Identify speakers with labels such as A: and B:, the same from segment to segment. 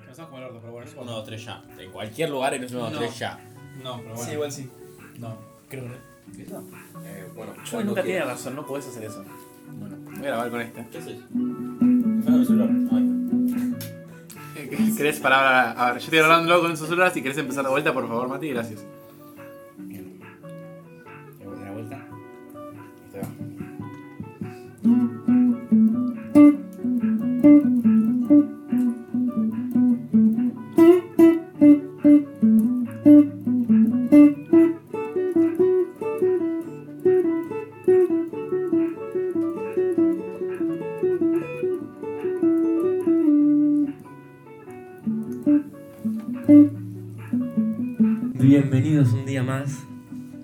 A: Empezamos como el orto, pero bueno, no
B: Es
A: importa.
B: 1, 2, 3 ya. En cualquier lugar es 1, 2,
A: No.
B: 3 ya.
A: No, pero bueno.
C: Sí, igual sí.
A: No, creo que no.
C: Eh, bueno,
D: Yo
C: cuando
D: nunca tiene
C: quieras.
D: razón, no podés hacer eso. Bueno, voy a grabar con esta.
B: ¿Qué haces? Déjame mi celular. Ay.
D: Eh, ¿Querés parar? A ver, yo estoy hablando con esos celular. Si querés empezar de vuelta, por favor, Mati, gracias.
E: Bien. Le voy a dar la vuelta. Ahí te va.
F: Bienvenidos un día más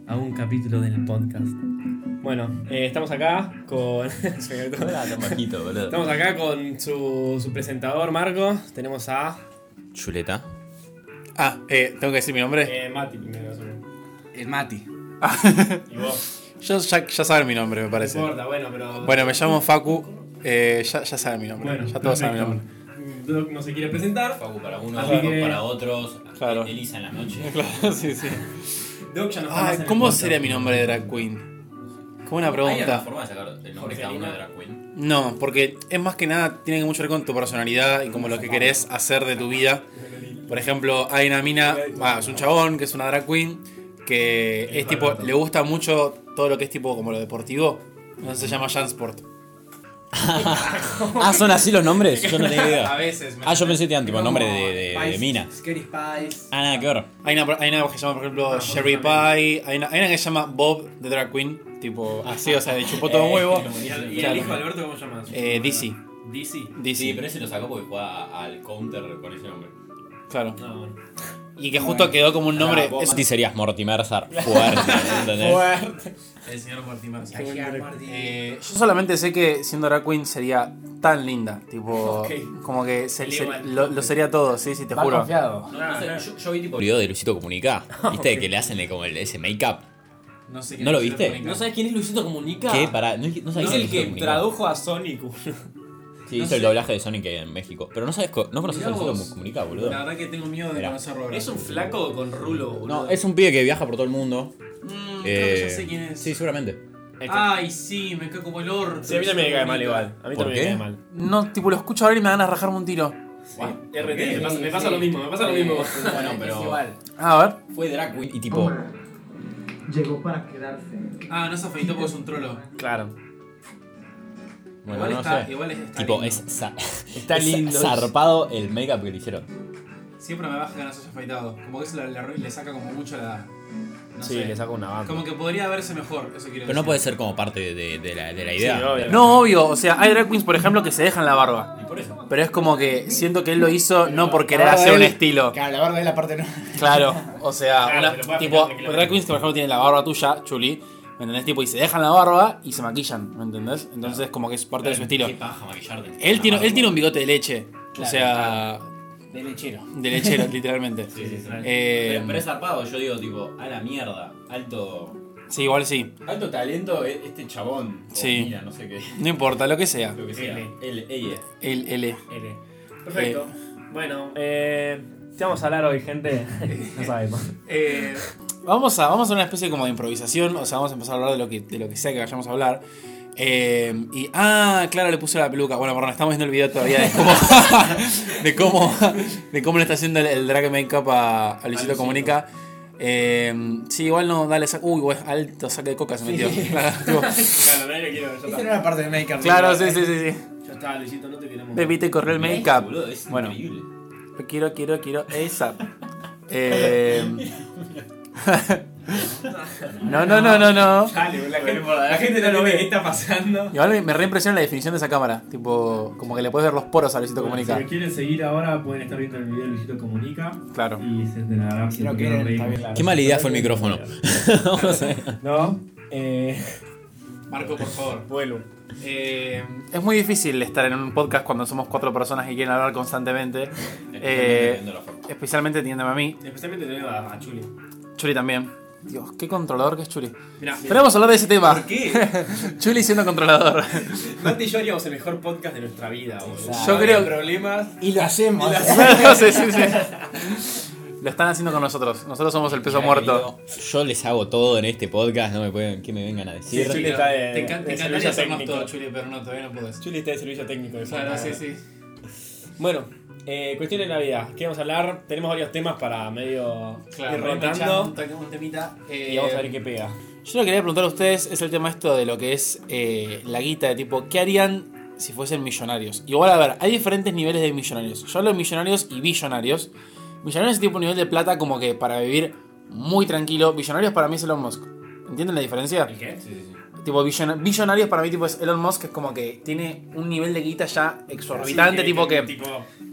F: a un capítulo del podcast. Bueno, eh, estamos acá con. se me cortó.
B: Ah, tan bajito, boludo.
F: estamos acá con su, su presentador Marco. Tenemos a
B: Chuleta.
D: Ah, eh, tengo que decir mi nombre.
F: eh, Mati primero. supongo.
E: El Mati.
F: Y vos.
D: Yo ya, ya saben mi nombre, me
F: No
D: parece.
F: importa, bueno, pero.
D: Bueno, me llamo Facu. Eh, ya, ya saben mi nombre.
F: Bueno,
D: ya todos saben mi nombre.
F: perfecto. Doc no se quiere presentar.
B: Facu para unos,
F: Así
B: Facu
F: que-
B: para otros. E-
D: Claro.
B: Elisa en la noche.
D: Claro, sí, sí.
F: Doc ya no está
D: Ah,
F: más en el
D: ¿Cómo
F: cuento.
D: sería mi nombre de drag queen? Como una
B: ¿Hay alguna
D: pregunta.
B: forma de sacar el nombre de cada uno de Drag Queen?
D: No, porque es más que nada, tiene mucho que ver con tu personalidad y como lo que querés hacer de tu vida. Por ejemplo, hay una mina, ah, es un chabón que es una drag queen, que es tipo, le gusta mucho todo lo que es tipo como lo deportivo. Entonces se llama Jansport.
B: Ah, ¿son así los nombres? Yo no tenía
A: A
B: idea.
A: veces. me-
B: Ah, yo pensé que eran tipo
C: Como
B: nombres de, de, de
C: Spice,
B: mina.
C: Scary Spice.
B: Ah, nada que ver.
D: Hay una, hay una que se llama, por ejemplo, Sherry Pie. Hay una, hay una que se llama Bob de drag queen, tipo así, o sea, le chupó todo un huevo.
F: ¿Y el, y el
D: Claro.
F: hijo de Alberto cómo se llama?
D: Eh, DC.
F: DC.
B: Sí,
D: DC,
B: pero ese lo sacó porque jugaba al counter con ese nombre.
D: claro.
F: No, bueno.
D: Y que justo quedó como un nombre.
B: Vos,
D: es-
B: Mati, serías Mortimer Sar. Fuerte, ¿entendés?
A: El señor Mortimer.
D: Eh, yo solamente sé que siendo drag queen sería tan linda, tipo,
F: Ok.
D: como que se-
F: El
D: se-
F: igual.
D: lo, lo sería todo, sí, sí, te
C: Va
D: juro.
C: confiado.
B: No,
F: Ah,
B: no sé, yo, yo vi tipo el video de Luisito Comunica, viste que le hacen el- como el- ese make up.
A: No sé qué
B: ¿No lo
A: es el
B: viste?
A: Mortimer.
C: ¿No sabes quién es Luisito Comunica?
B: ¿Qué? Para, no, no sabes
F: Es
B: quién
F: el
B: es
F: que
B: Luisito Comunica.
F: tradujo a Sonic.
B: Sí,
A: no
B: hizo el
A: sé.
B: doblaje de Sonic en México. Pero no sabes, co- no conoces a
A: Mirá
B: Luisito
A: vos.
B: Comunica, boludo.
A: La verdad que tengo miedo de
B: Mirá.
A: conocerlo ahora.
F: Es un flaco con rulo, boludo.
B: No, es un pibe que viaja por todo el mundo.
A: Mm, creo
B: Eh,
A: que ya sé quién es.
B: Sí, seguramente.
A: Ay, sí, me cago como el orto.
F: Sí, a mí también me cae mal igual. A mí
B: ¿Por
F: también
B: qué?
F: me cae mal.
D: No, tipo, lo escucho ahora y me dan a rajarme un tiro.
F: RT,
B: Sí,
F: me pasa, me pasa
C: sí.
F: lo mismo, me pasa lo
C: Eh,
F: mismo.
C: es
B: Bueno, pero-
C: es igual.
D: Ah, a ver.
B: Fue drag queen y tipo.
G: Llegó para quedarse.
A: Ah, no se afeitó porque es un trolo.
F: Claro.
B: Bueno,
A: igual
B: no
A: está,
B: sé.
A: igual es- está
B: Tipo,
A: lindo.
B: es, za-
F: Está
B: es
F: lindo.
B: zarpado el make up que le hicieron.
A: Siempre me baja que no se haya afeitado. Como que eso le, le- le saca como mucho la. No
F: sí,
A: sé.
F: le saco una banda.
A: Como que podría verse mejor, eso quiero
B: Pero no puede ser como parte de, de la, de la
F: Sí,
B: idea.
F: obvio.
D: No, obvio, o sea, hay drag queens, por ejemplo, que se dejan la barba.
B: Y por eso.
D: Pero es como que siento que él lo hizo no por querer
G: la barba
D: hacer un
G: de él.
D: estilo.
G: Claro, la barba es la parte no.
D: Claro, o sea,
F: Claro,
D: una-
F: te lo puedo
D: tipo,
F: aplicar, te lo
D: drag queens que por ejemplo tienen la barba tuya, chuli, ¿me entendés? Tipo, y se dejan la barba y se maquillan, ¿me entendés? Entonces, como que es parte de su estilo.
B: Qué paja maquillarte.
D: Él tiene, él tiene un bigote de leche, o
G: Claro,
D: sea,
F: Ah,
G: De lechero.
D: de lechero, literalmente.
B: Sí, sí, sí.
D: Eh,
B: Pero, pero es zarpado, yo digo, tipo, a la mierda. Alto.
D: Sí, igual sí.
B: Alto talento e- este chabón. O
D: Sí.
B: Mira, no sé qué.
D: No importa, lo que sea.
B: Lo que sea.
F: L.
B: L, ella.
D: El L.
F: L. Perfecto. Bueno, eh. ¿Qué vamos a hablar hoy, gente? no sabemos.
A: Eh,
D: Vamos a, vamos a una especie como de improvisación, o sea, vamos a empezar a hablar de lo que, de lo que sea que vayamos a hablar. Eh, y, ah, claro, le puse la peluca. Bueno, perdón, estamos viendo el video todavía de cómo, de cómo, de cómo le está haciendo el, el drag makeup a, a Luisito
B: Luisito.
D: Comunica. Eh, sí, igual no, dale, saca. Uy, güey, alto saque de coca se metió. Claro, tipo,
F: Claro, nadie lo quiero,
G: Esa no era parte de Maker.
D: claro, sí, sí, sí. sí.
F: Ya está, Luisito, no te queremos.
D: Baby, te corrió el makeup.
B: Boludo, es
D: Bueno.
B: increíble.
D: Lo quiero, quiero, quiero. ASAP. Eh, no, no, no, no, no.
F: Dale, la gente, la gente no lo ve, ¿qué está pasando?
D: Igual me- me reimpresiona la definición de esa cámara. Tipo, como que le puedes ver los poros a Luisito
H: Bueno, Si
D: Comunica.
H: lo quieren seguir ahora, pueden estar viendo el video de Luisito Comunica.
D: Claro.
H: Y se enterarán.
G: Si no quieren, está bien la-
B: Qué mala idea fue el micrófono.
H: No, eh,
A: Marco, por favor.
F: Vuelo.
A: Eh,
D: Es muy difícil estar en un podcast cuando somos cuatro personas que quieren hablar constantemente. Eh,
B: Entiendo la forma.
D: Especialmente teniéndome a mí.
F: Especialmente tenemos a, a Chuli.
D: Chuli también. Dios, qué controlador que es Chuli.
A: Mirá.
D: Pero vamos a hablar de ese tema.
F: ¿Por qué?
D: Chuli siendo controlador.
F: Mati y yo haríamos el mejor podcast de nuestra vida, boludo.
D: Yo
F: No
D: creo-
F: habría problemas.
G: Y lo hacemos.
D: Sí, sí, sí. Lo están haciendo con nosotros. Nosotros somos el peso muerto.
B: Yo les hago todo en este podcast, no me pueden, que me vengan a decir.
F: Sí,
A: Chuli,
F: está de-
A: te encan- te
F: de servicio
A: encantaría hacernos
F: técnico.
A: todo, Chuli, pero no, todavía no podés.
F: Chuli está de servicio técnico. de
A: Claro,
F: forma-
A: sí, sí.
F: Bueno, eh, cuestión de Navidad. ¿Qué vamos a hablar? Tenemos varios temas para medio
A: Claro,
F: ir
A: aprovechando,
F: rotando.
A: toquemos un temita.
F: Y vamos a ver
A: eh,
F: qué pega.
D: Yo lo que quería preguntar a ustedes es el tema esto de lo que es eh, la guita, de tipo, ¿qué harían si fuesen millonarios? Igual, a ver, hay diferentes niveles de millonarios. Yo hablo de millonarios y billonarios. Millonarios es tipo un nivel de plata como que para vivir muy tranquilo. Billonarios para mí es Elon Musk. ¿Entienden la diferencia?
F: qué?
D: Tipo, billona- billonarios para mí tipo es Elon Musk, que es como que tiene un nivel de guita ya exorbitante, tipo que,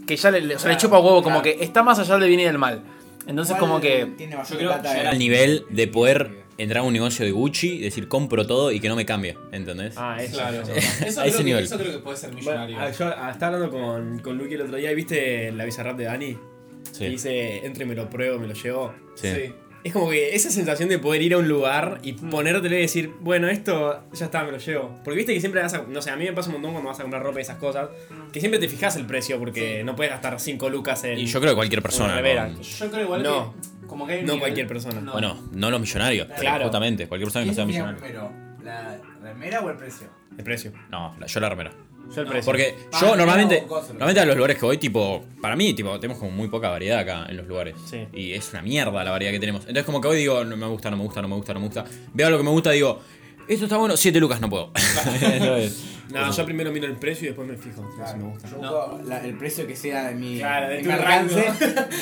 D: que ya le, le- o sea, le chupa huevo, como que está más allá del bien y del mal. Entonces como que...
G: Tiene bastante
A: Yo creo
G: plata,
A: que
G: eh.
B: Llegar al nivel de poder entrar a un negocio de Gucci, decir compro todo y que no me cambie, ¿entendés?
F: Ah, eso.
A: Claro.
F: eso.
A: Eso, creo
B: A ese
A: que,
B: nivel.
A: eso creo que puede ser millonario.
F: Bueno, ah, yo ah, estaba hablando con, con Luqui el otro día y viste la bizarrap de Dani.
B: Sí,
F: Que dice, entro y me lo pruebo, me lo llevo.
B: sí.
F: Es como que esa sensación de poder ir a un lugar y ponértelo y decir, bueno, esto ya está, me lo llevo. Porque viste que siempre vas a. No sé, a mí me pasa un montón cuando vas a comprar ropa y esas cosas. Que siempre te fijas el precio porque no puedes gastar 5 lucas en.
B: Y yo creo que cualquier
F: Una
B: persona.
F: remera.
B: con-
A: Yo creo igual
F: No.
A: que. Como que hay un
F: No
A: nivel-
F: cualquier persona.
A: No.
B: Bueno, no los millonarios, pero
F: Claro.
B: justamente, cualquier persona que
G: ¿Quién
B: no sea
G: mira
B: millonario.
G: primero? ¿La remera o el precio?
F: El precio.
B: No, la- yo la remera.
F: Yo el precio.
B: Porque
D: Ah,
G: Pa,
B: yo
G: no,
B: normalmente,
G: gozo.
B: normalmente a los lugares que voy, tipo, para mí, tipo, tenemos como muy poca variedad acá en los lugares.
F: Sí.
B: Y es una mierda la variedad que tenemos. Entonces como que hoy digo, no me gusta, no me gusta, no me gusta, no me gusta. Veo algo que me gusta y digo, esto está bueno, 7 lucas no puedo. Entonces,
F: No, yo primero miro el precio y después me fijo. si me gusta.
G: Yo busco la- el precio que sea de mi,
F: Claro, de
G: mi
F: tu
G: alcance.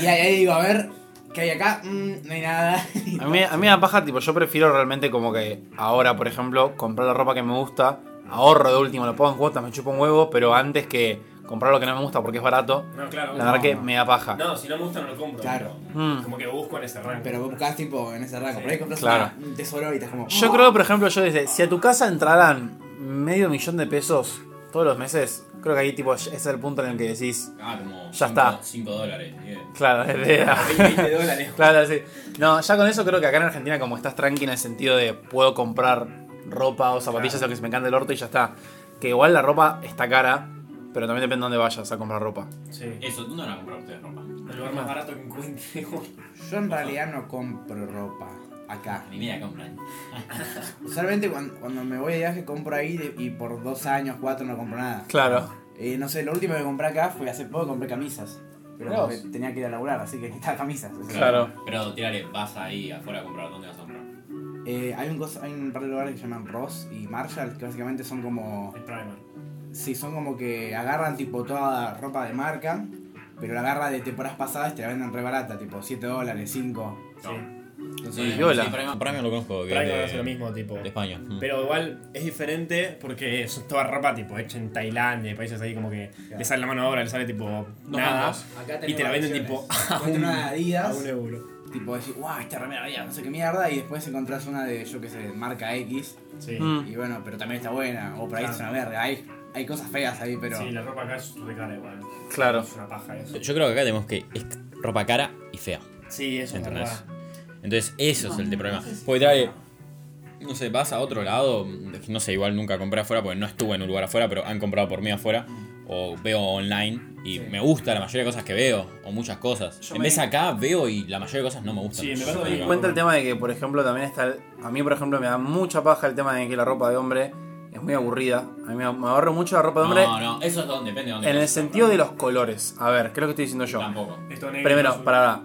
G: Y ahí, ahí digo, a ver, ¿qué hay acá? Mm, no hay nada.
D: A mí, a mí me da paja, tipo, yo prefiero realmente como que ahora, por ejemplo, comprar la ropa que me gusta, ahorro de último, lo pongo en cuotas, me chupo un huevo, pero antes que comprar lo que no me gusta porque es barato,
F: No, claro.
D: la verdad que me da paja.
F: No, si no me gusta no lo compro.
G: Claro.
D: Mm.
F: Como que busco en ese rango.
G: Pero vos buscás tipo en ese rango. Por ahí compras
D: Claro.
G: una- un tesoro y estás como. "Oh,
D: Yo creo, por ejemplo, yo desde, si a tu casa entraran medio millón de pesos todos los meses, creo que ahí tipo es el punto en el que decís,
B: ah, como
D: Ya está.
B: 5 dólares. bien.
D: claro, es de-
F: 20 dólares.
D: Claro, sí. No, ya con eso creo que acá en Argentina como estás tranqui en el sentido de puedo comprar ropa o zapatillas o que se me encanta el orto y ya está. Que igual la ropa está cara, pero también depende de dónde vayas a comprar ropa.
F: Sí.
B: Eso, ¿dónde van a comprar ustedes ropa?
F: El lugar más barato que encuentre.
G: Yo en realidad no compro ropa acá.
B: Ni idea compran.
G: Usualmente cuando, cuando me voy de viaje compro ahí de- y por dos años, cuatro no compro nada.
D: Claro.
G: Eh, no sé, lo último que compré acá fue hace poco compré camisas. Pero
D: Mirá
G: porque tenía que ir a laburar, así que necesitaba camisas. o sea.
D: Claro.
B: Pero tirale, vas ahí afuera a comprar, ¿dónde vas a comprar?
G: Eh, hay, un cosa- hay un par de lugares que se llaman Ross y Marshall, que básicamente son como.
F: El primer.
G: Sí, son como que agarran tipo toda ropa de marca, pero la agarra de temporadas pasadas y te la venden re barata, tipo 7 dólares, 5.
D: Sí,
G: Entonces,
D: viola.
B: Premium lo conozco. que
F: Primer
B: es
F: hace
B: de,
F: lo mismo, tipo.
B: de España. Mm.
F: Pero igual es diferente porque es toda ropa tipo hecha en Tailandia y países ahí como que le sale la mano ahora, le sale tipo nada y te la venden tipo a
G: encontré
F: un,
G: una de
F: a
G: Adidas,
F: un euro.
G: tipo decís, wow, esta remera había, no sé qué mierda, y después encontrás una de, yo qué sé, marca X,
F: Sí.
D: Mm.
G: y bueno, pero también está buena, o por ahí
F: Claro.
G: es una verga, hay, hay cosas feas ahí, pero.
F: Sí, la ropa acá es de cara igual.
D: Claro.
F: Es una paja eso.
B: Yo creo que acá tenemos que es ropa cara y fea.
F: Sí, eso es
B: ¿Entendés?
F: verdad.
B: Entonces, eso es el de problema. Porque trae. No sé, vas a otro lado. No sé, igual nunca compré afuera porque no estuve en un lugar afuera, pero han comprado por mí afuera. O veo online y me gusta la mayoría de cosas que veo, o muchas cosas. en vez acá veo y la mayoría de cosas no me gustan.
F: Sí, me
B: Yo
F: pasa
B: soy
F: bien.
B: acá.
D: Cuenta el tema de que, por ejemplo, también está... el- a mí, por ejemplo, me da mucha paja el tema de que la ropa de hombre es muy aburrida. A mí me me ahorro mucho la ropa de hombre
B: No, no, eso es donde depende de dónde
D: en el
B: vas a
D: sentido de
B: comprar.
D: los colores. A ver, ¿qué es lo que estoy diciendo yo?
B: Tampoco.
F: Esto negro,
D: Primero,
F: azul.
D: para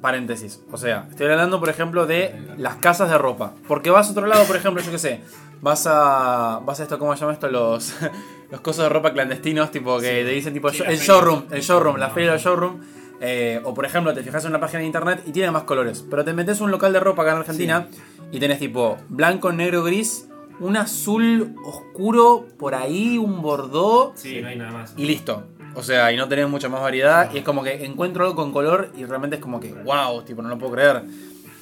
D: paréntesis. O sea, estoy hablando, por ejemplo, de las casas de ropa. Porque vas a otro lado, por ejemplo, yo qué sé, vas a. vas a esto, ¿cómo se llama esto? Los. los cosas de ropa clandestinos, tipo que te dicen tipo
F: Sí,
D: yo-
F: las
D: el
F: ferias.
D: showroom, el showroom, la feria del showroom. Eh, o por ejemplo, te fijas en una página de internet y tiene más colores. Pero te metes un local de ropa acá en Argentina y tenés tipo blanco, negro, gris, un azul oscuro por ahí, un bordó
F: Sí, no hay nada más.
D: y listo. O sea, y no tenés mucha más variedad. Y es como que encuentro algo con color y realmente es como que, wow, tipo, no lo puedo creer.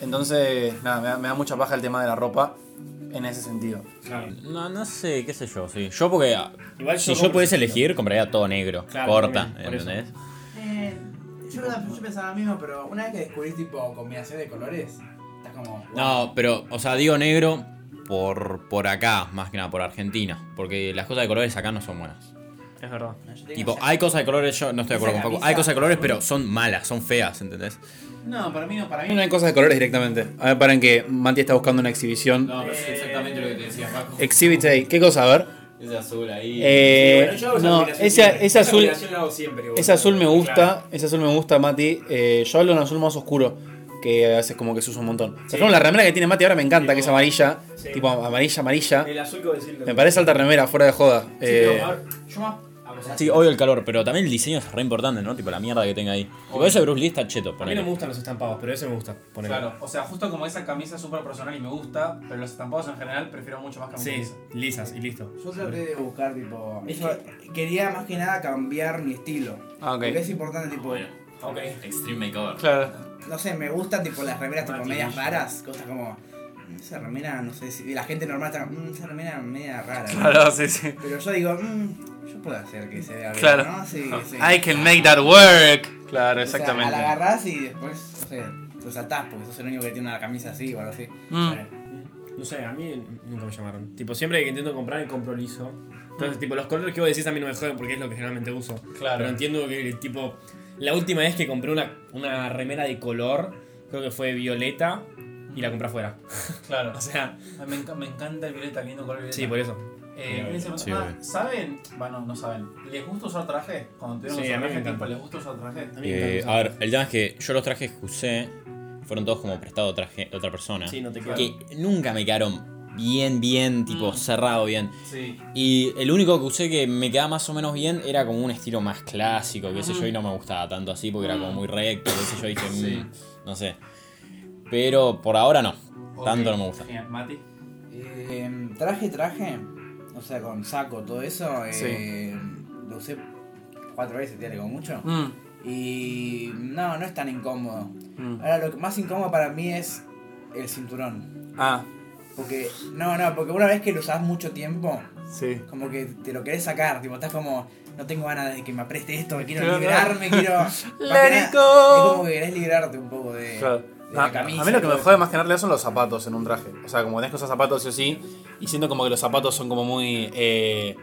D: Entonces, nada, me da, me da mucha paja el tema de la ropa en ese sentido.
F: Claro.
B: No, no sé, qué sé yo, sí. Yo porque ah,
F: Igual
B: si
F: yo
B: yo
F: compro-
B: pudiese elegir, compraría todo negro,
F: Claro,
B: corta,
F: también, por eso.
B: ¿entendés?
G: Eh, yo, yo pensaba lo mismo, pero una vez que descubrí tipo combinación de colores, Estás como.
B: No, pero, o sea, digo negro por, por acá, más que nada, por Argentina. Porque las cosas de colores acá no son buenas.
F: Es verdad.
G: No, yo tenía
B: Tipo,
G: esa-
B: hay cosas de colores, yo no estoy de acuerdo con Paco. Hay cosas de colores, pero son malas, son feas, ¿entendés?
G: No, para mí no, para
D: A
G: mí
D: mí no hay cosas de colores directamente. A ver, paren que Manti está buscando una exhibición.
B: No, pero es exactamente lo que te decía Paco.
D: Exhibit A. ¿Qué cosa? A ver.
B: Ese azul ahí.
D: Eh,
C: Bueno, yo hago esa
D: no,
C: combinación
D: ese,
C: siempre.
D: ese
C: Esa
D: azul,
C: combinación la hago siempre, boludo.
D: ese azul me gusta,
C: Claro.
D: ese azul me gusta, Mati. Eh, yo hablo de un azul más oscuro, que a veces como que se usa un montón. Por ejemplo, la remera que tiene Mati ahora me encanta, que es amarilla,
C: Sí.
D: tipo amarilla, amarilla.
C: El azul, como decirlo.
D: Me parece alta remera, fuera de joda. Eh,
G: Yo más. a pesar-
B: Sí, odio el calor, pero también el diseño es re importante, ¿no? Tipo la mierda que tenga ahí. Tipo, ese Bruce Lee está cheto,
F: A mí no me
B: ponele.
F: gustan los estampados, pero ese me gusta. Ponele.
A: Claro, o sea, justo como esa camisa es súper personal y me gusta, pero los estampados en general prefiero mucho más que
F: Sí,
A: camisas.
F: lisas y listo.
G: Yo traté de buscar, tipo. yo quería más que nada cambiar mi estilo.
D: Ah, ok.
G: Porque es importante, tipo.
C: Ok.
B: Extreme Makeover.
G: No sé, me gustan, tipo, las remeras, tipo, medias raras. Cosas como. "Mm, Esa remera, no sé si. y La gente normal está. "Mm, esa remera media rara. ¿no?".
D: Claro, Ah, sí, sí.
G: Pero yo digo, "Mm, yo puedo hacer que se vea bien.
D: Claro.
G: ¿no? Sí, sí.
D: I can make that work. Claro,
G: O sea,
D: exactamente.
G: la agarrás y después, no sé, los atás porque sos el único que tiene una camisa así o algo así.
D: Mm.
F: No sé, a mí nunca me llamaron. Tipo, siempre que intento comprar, el compro liso. Entonces, tipo, los colores que vos decís a mí no me joden porque es lo que generalmente uso.
B: Claro.
F: Pero entiendo que, tipo, la última vez que compré una, una remera de color, creo que fue violeta y la compré afuera.
A: Claro.
F: O sea,
A: Ay, Ah, Me, enca- me encanta el violeta, qué lindo color violeta.
F: sí, por eso.
A: Eh, miren, se me-
B: Sí,
A: ah,
B: obvio.
A: ¿Saben? Bueno, no saben. ¿Les gusta usar traje? Cuando tuvieron
F: Sí,
A: que
F: a
A: usar
F: mí me
A: traje, tipo,
F: encanta.
A: ¿les gusta usar traje?
B: Eh, a ver, el tema es que yo los trajes que usé fueron todos como prestado traje de otra persona.
F: Sí, no te queda.
B: que nunca me quedaron bien, bien, tipo
F: Mm.
B: cerrado bien.
A: Sí.
B: Y el único que usé que me quedaba más o menos bien era como un estilo más clásico, qué sé yo, y no me gustaba tanto así porque era como
F: Mm.
B: muy recto, qué sé yo, dije, "Mm, no sé. Pero por ahora no, tanto no me gusta.
A: Genial. Mati.
G: Eh, traje, traje, o sea, con saco, todo eso, eh, lo usé cuatro veces, tiene como mucho.
D: Mm.
G: Y no, no es tan incómodo.
D: Mm.
G: Ahora, lo que más incómodo para mí es el cinturón.
D: Ah,
G: Porque, no, no, porque una vez que lo usás mucho tiempo,
D: sí.
G: como que te lo querés sacar, tipo, estás como, no tengo ganas de que me apreste esto, me quiero liberarme, quiero... más que
D: Let
G: nada,
D: it go.
G: Es como que querés liberarte un poco Eh, de,
D: Claro.
G: de
D: Ah,
G: la camisa.
D: a mí lo que
G: todo
D: me
G: eso.
D: jode más que nada son los zapatos en un traje. O sea, como tenés que usar zapatos sí o sí. Y siento como que los zapatos son como muy eh,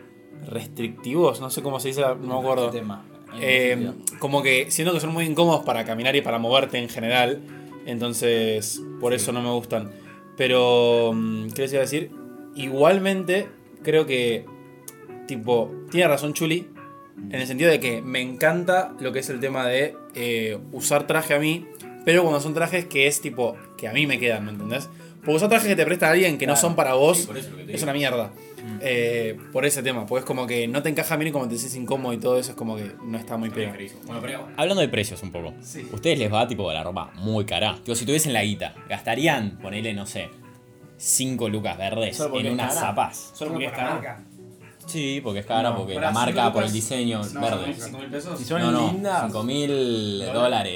D: restrictivos. No sé cómo se dice, no me acuerdo.
G: Este tema. en
D: Eh,
G: ese sentido.
D: como que siento que son muy incómodos para caminar y para moverte en general. Entonces, por eso no me gustan. Pero, mm, ¿qué les iba a decir? Igualmente, creo que, tipo, tiene razón Chuli. En el sentido de que me encanta lo que es el tema de eh, usar traje a mí. Pero cuando son trajes que es tipo, que a mí me quedan, ¿me entendés? Porque usar trajes que te presta alguien que no son para vos es una mierda.
G: Mm.
D: Eh, por ese tema, porque es como que no te encaja bien y como te sientes incómodo y todo eso es como que no está muy pegado.
B: Hablando de precios un poco, ustedes les va tipo la ropa muy cara. Tipo, si tuviesen la guita, gastarían, ponele, no sé, 5 lucas verdes
F: Solo porque
B: en
F: es
B: unas
F: cara.
B: zapas.
F: Solo porque es cara.
B: Sí, porque es cara,
F: No,
B: porque
A: pará,
B: la
A: cinco
B: marca, por el
A: lucas-
B: diseño, verde.
A: ¿Cinco mil pesos?
F: Si son
B: no, no,
F: lindas.
B: 5 mil dólares.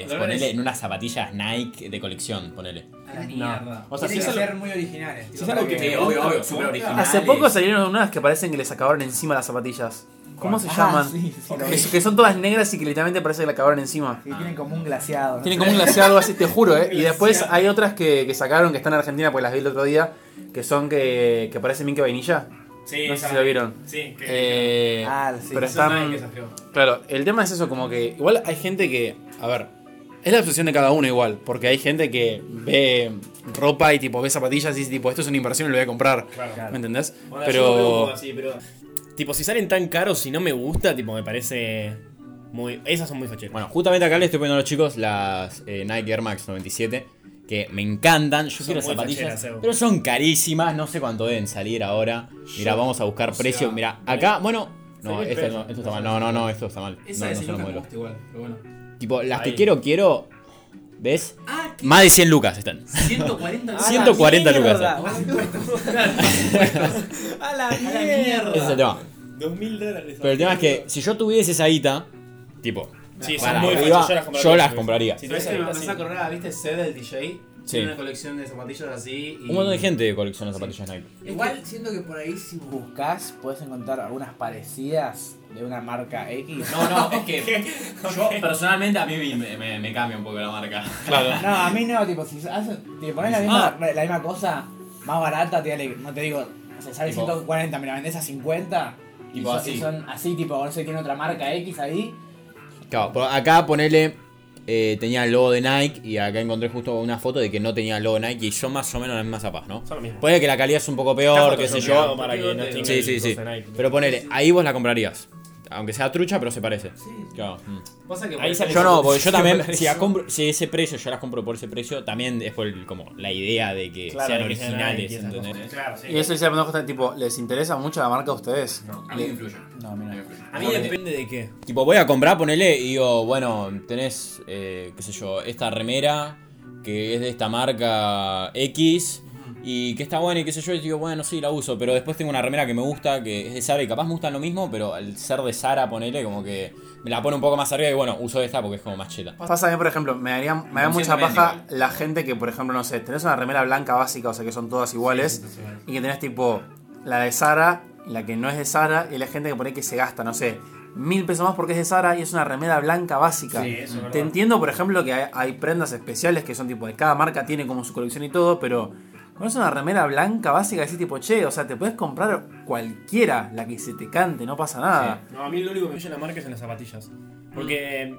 F: dólares.
B: Ponele en unas zapatillas Nike de colección, ponele.
A: A la mierda.
F: O sea, si
G: Tienen
F: es
G: que
F: algo,
G: ser muy originales. tipo,
F: si es algo
G: para
F: que te.
B: obvio, obvio, súper original.
D: Hace poco salieron unas que parecen que les acabaron encima las zapatillas. ¿Cómo se
G: Ah,
D: llaman?
G: sí, sí, lo
D: que,
G: vi.
D: que son todas negras y que literalmente parece que le acabaron encima.
G: Sí, tienen como un glaciado. ¿no?
D: Tienen como un glaseado así, te juro, ¿eh? Y después hay otras que, que sacaron que están en Argentina porque las vi el otro día, que son que, que parecen bien que vainilla.
F: Sí,
D: No sé
F: esa-
D: si lo vieron.
F: Sí, que.
D: Eh,
G: Ah, sí.
D: pero
F: esa
D: están.
F: Nike esa feo.
D: Claro, el tema es eso, como que igual hay gente que, a ver, es la obsesión de cada uno igual, porque hay gente que ve ropa y tipo ve zapatillas y dice tipo, esto es una inversión y lo voy a comprar,
F: Claro.
D: ¿me entendés?
F: Bueno, yo no veo un
D: pero
F: juego así, pero- Tipo, si salen tan caros y no me gusta, tipo, me parece. Muy. Esas son muy facheras.
B: Bueno, justamente acá les estoy poniendo a los chicos las eh, Nike Air Max 97, que me encantan. Yo quiero
F: muy
B: zapatillas,
F: facheras, Evo.
B: pero son carísimas. No sé cuánto deben salir ahora. Mira, vamos a buscar precios. Mira, acá, bueno, no,
F: seis mil
B: esto, no,
F: pesos.
B: esto está mal. No, no, no, esto está mal.
A: Esa
B: No,
A: de
B: no son
A: Siluca
B: los
A: me
B: modelos.
A: gusta igual, pero bueno.
B: Tipo, las
F: Ahí. Ah,
B: que quiero, quiero. ¿Ves? Más de 100 lucas están.
A: 140
B: 140 lucas. son.
F: A la mierda.
B: Ese es el tema.
F: 2000 dólares.
B: Pero el tema es que si yo tuviese esa guita, tipo,
F: Sí, son
B: para
F: muy
B: arriba,
F: fachas,
B: yo las compraría.
F: Si
A: ¿Sabes
F: tuviese
A: que me
F: guita, sí.
A: empezó a correr, viste, C del DJ?
B: Sí.
A: Tiene una colección de zapatillas así. Y
B: Un montón de gente colecciona zapatillas Nike.
G: Igual siento que por ahí si buscas puedes encontrar algunas parecidas de una marca X.
B: No, no, es que yo personalmente a mí me, me- me cambia un poco la marca.
G: No, a mí no, tipo, si haces- te pones la misma, la misma cosa más barata, te dale, no te digo, no sé, sale
B: Tipo-
G: 140, me la vendés a 50. Y
B: Tipo
G: son,
B: así.
G: y son así, tipo, no sé, tiene otra marca X ahí.
B: Claro, por acá ponele. eh, tenía el logo de Nike y acá encontré justo una foto de que no tenía el logo de Nike y son más o menos las mismas zapas, ¿no?
F: Son lo mismo.
B: Puede que la calidad es un poco peor, qué sé yo.
F: Para que no tenga
B: Sí,
F: el
B: sí, sí.
F: coso de Nike.
B: Pero ponele, ahí vos la comprarías. Aunque sea trucha, pero se parece. Claro. mm.
A: Pasa que
F: Ahí sale-
B: Yo no, porque yo también,
F: Sí,
B: si, la compro- si ese precio yo las compro por ese precio, también es por el- como la idea de que
F: Claro,
B: sean
F: de que sean
B: originales,
F: Nike, esas
B: ¿entendés?
A: Claro, sí.
D: Y eso dice la pendeja, tipo, ¿les interesa mucho la marca a ustedes?
A: A mí me influye.
G: No, mira.
A: Me influye.
F: A mí depende de qué.
B: Tipo, voy a comprar, ponele, y digo, bueno, tenés, eh, qué sé yo, esta remera que es de esta marca X y que está buena y qué sé yo, y digo, bueno, sí, la uso, pero después tengo una remera que me gusta, que es de Sara y capaz me gustan lo mismo, pero al ser de Sara, ponele, como que me la pone un poco más arriba y bueno, uso esta porque es como más cheta.
D: Pasa bien, por ejemplo, me daría, me da mucha paja la gente que, por ejemplo, no sé, tenés una remera blanca básica, o sea que son todas iguales, y que tenés tipo la de Sara y la que no es de Sara, y la gente que por ahí que se gasta, no sé, mil pesos más porque es de Sara y es una remera blanca básica. Te entiendo, por ejemplo, que hay, hay prendas especiales que son tipo de cada marca, tiene como su colección y todo, pero cuando es una remera blanca básica, decís tipo, che, o sea, te puedes comprar cualquiera, la que se te cante, no pasa
A: Ah.
D: nada.
F: No, a mí lo único que me influye en la marca es en las zapatillas. Porque,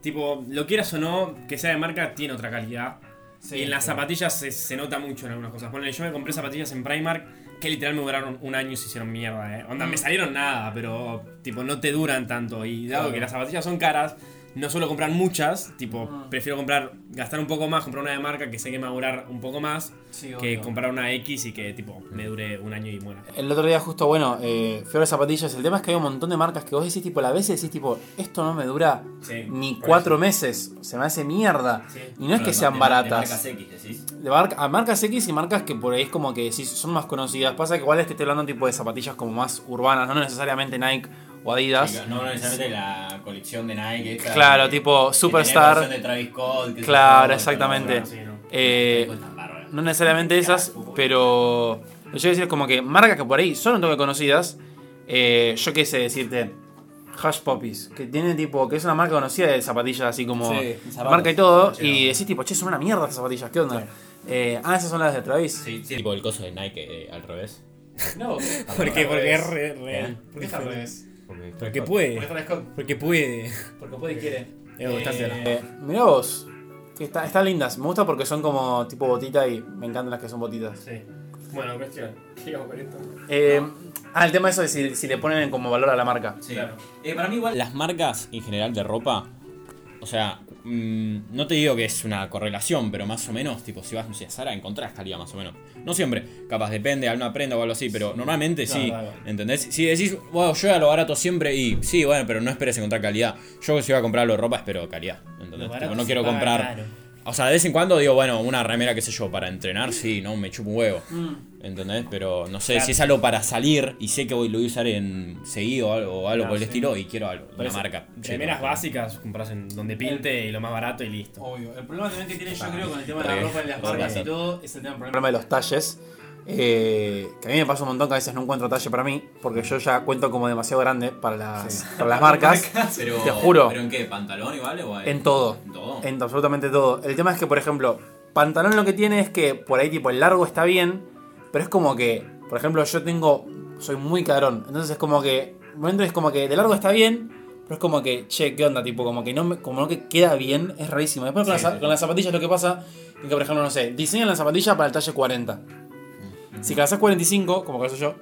F: tipo, lo quieras o no, que sea de marca tiene otra calidad. y en las zapatillas se, se nota mucho en algunas cosas. Ponele, yo me compré zapatillas en Primark que literal me duraron un año y se hicieron mierda, eh.
A: Mm.
F: Onda, me salieron nada, pero, tipo, no te duran tanto. Y dado que las zapatillas son caras, no suelo comprar muchas. Tipo,
A: Ah.
F: prefiero comprar, gastar un poco más, comprar una de marca que sé que me va a durar un poco más.
A: Sí,
F: que
A: obvio.
F: comprar una X y que, tipo, me dure un año y muera.
D: El otro día justo, bueno, eh, fui a ver zapatillas. El tema es que hay un montón de marcas que vos decís, tipo, la vez decís, tipo, esto no me dura
F: Sí,
D: ni
F: por
D: cuatro meses. Se me hace mierda. Y no es que sean baratas.
E: X, decís.
D: De mar- a marcas X y marcas que por ahí es como que decís, son más conocidas. Pasa que igual este estoy hablando tipo de zapatillas como más urbanas, no necesariamente Nike o Adidas.
B: No necesariamente la colección de Nike.
D: Claro, tipo Superstar. Claro, exactamente. Eh, no necesariamente esas, pero lo que yo quiero decir es como que marcas que por ahí son un toque conocidas. eh, yo qué sé decirte, Hush Puppies, que tiene tipo, que es una marca conocida de zapatillas así como
G: Sí, zapatos.
D: marca y todo. Y decís tipo, che, son una mierda esas zapatillas, ¿qué onda? Eh, ah, esas son las de Travis.
B: Tipo el coso de Nike eh, al revés.
A: No,
F: ¿Por qué? Porque es re- real.
A: ¿Por qué está al revés?
B: Porque,
F: Porque
A: Porque
F: puede.
A: está Scott.
F: Porque puede.
A: Porque puede y quiere.
F: Eh, está cerrado.
D: Eh, mirá vos. que está- están lindas. Me gusta porque son como tipo botita y me encantan las que son botitas.
F: Sí. Bueno, cuestión. Sigamos con esto.
D: Eh, ah, el tema eso de si, si le ponen como valor a la marca.
F: Claro.
E: Eh, para mí igual
B: Las marcas en general de ropa, o sea, mm, no te digo que es una correlación, pero más o menos, tipo, si vas no sé, a Zara, encontrás calidad más o menos. No siempre, capaz depende, alguna prenda o algo así, pero normalmente sí,
F: claro.
B: ¿entendés? Si decís, wow, yo a lo barato siempre y sí, bueno, pero no esperes encontrar calidad. Yo si voy a comprar algo de ropa, espero calidad, ¿entendés? Tipo,
F: barato
B: no
F: se
B: quiero
F: paga
B: comprar...
F: caro.
B: O sea, de vez en cuando digo, bueno, una remera, qué sé yo, para entrenar, sí, no, me chupo un huevo. ¿Entendés? Pero no sé,
F: Claro.
B: si es algo para salir y sé que voy, lo voy a usar en seguido o algo, o algo por el estilo y quiero algo, una
F: eso,
B: marca. Sí,
F: Primeras
B: no,
F: básicas, compras en donde pinte y lo más barato y listo.
A: Obvio. El problema también que tiene, yo creo, con el tema de
B: Re,
A: la ropa y las
B: re,
A: marcas
B: re.
A: y todo, es el tema
D: El
A: problema.
D: problema de los talles. eh, que a mí me pasa un montón que a veces no encuentro talle para mí. Porque yo ya cuento como demasiado grande para las, para las marcas.
B: Pero,
D: Te juro.
B: ¿Pero en qué? ¿Pantalón igual o
D: En todo.
B: En todo.
D: En absolutamente todo. El tema es que, por ejemplo, pantalón lo que tiene es que por ahí, tipo, el largo está bien, pero es como que, por ejemplo, yo tengo. Soy muy cabrón. Entonces es como que. Momento es como que de largo está bien, pero es como que, che, ¿qué onda? Tipo, como que no, me- como no que queda bien, es rarísimo. Después con, las, con las zapatillas lo que pasa es que, por ejemplo, no sé, diseñan la zapatilla para el talle 40. Si calzás 45, como calzo yo,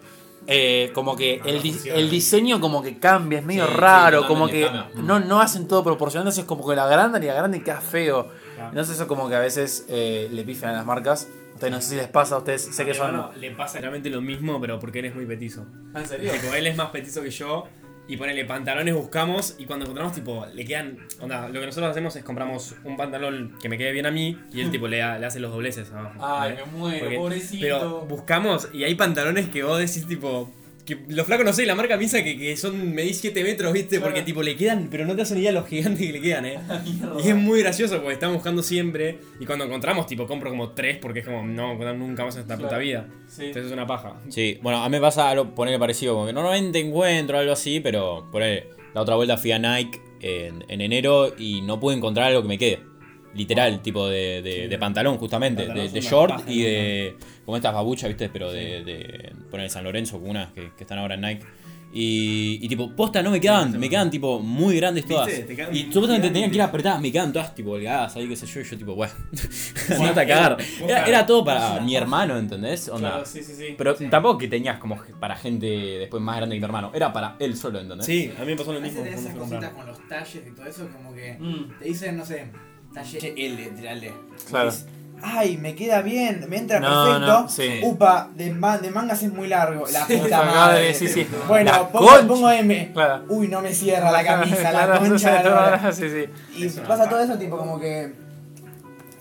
D: eh, como que
B: Ah,
D: el, di- el diseño como que cambia, es medio
B: Sí, sí,
D: raro,
B: totalmente
D: como que
B: cambia. Mm.
D: no, no hacen todo proporcional, entonces como que la agrandan y la agrandan y queda feo. Entonces eso como que a veces eh, le pifian a las marcas. Ustedes no sé si les pasa a ustedes, sé que
F: Porque,
D: son...
F: bueno, le pasa realmente lo mismo, pero porque él es muy petizo.
A: Ah, ¿En serio?
F: Tipo, él es más petizo que yo. Y ponele pantalones, buscamos. Y cuando encontramos, tipo, le quedan. Onda, lo que nosotros hacemos es compramos un pantalón que me quede bien a mí. Y él, tipo, le, da- le hace los dobleces abajo.
A: Ay,
F: ¿eh?
A: me muero,
F: Porque-
A: pobrecito.
F: Pero buscamos y hay pantalones que vos decís, tipo. que los flacos, no sé, la marca piensa que, que son, medís 7 metros, ¿viste? Porque tipo le quedan, pero no te hacen idea los gigantes que le quedan, ¿eh? y es muy gracioso porque estamos buscando siempre y cuando encontramos, tipo, compro como 3 porque es como, no, nunca más en esta puta vida. Entonces es una paja.
B: Sí, bueno, a mí me pasa algo ponerle parecido, como que normalmente encuentro algo así, pero por ahí, la otra vuelta fui a Nike en, en enero y no pude encontrar algo que me quede. Literal, tipo de, de- de pantalón, justamente,
E: Pantalón
B: de,
E: es
B: de
E: una
B: short
E: paja,
B: y de. como estas babuchas, viste, pero de. de poner San Lorenzo, como unas que, que están ahora en Nike. Y, y tipo, posta no me quedan, me quedan tipo muy grandes todas.
F: Te quedan
B: Y supuestamente tenían que ir apretadas, me quedan todas tipo holgadas, ahí qué sé yo, y yo tipo, bueno, andate a cagar. Era, era todo para mi hermano, ¿entendés? Onda,
A: Claro, sí, sí, sí.
B: pero tampoco que tenías como ge- para gente después más grande que mi hermano. Era para él solo, ¿entendés?
F: Sí, a mí me pasó lo
G: A veces
F: mismo.
G: de
F: cuando fui
G: esas
F: a comprar.
G: cositas con los talles y todo eso, como que
H: Mm.
G: te dicen, no sé, talle L, tirale.
D: Claro.
G: Es, Ay, me queda bien, me entra
D: No,
G: perfecto.
D: no, sí.
G: Upa, de, ma- de mangas es muy largo. La puta
D: Esa
G: madre.
D: madre, sí, sí.
G: Bueno,
D: La
G: pongo,
D: concha.
G: pongo M.
D: Claro.
G: Uy, no me cierra la camisa, la
D: Claro,
G: concha.
D: sí,
G: de la lora.
D: todo, sí, sí.
G: Y pasa todo eso, tipo, como que.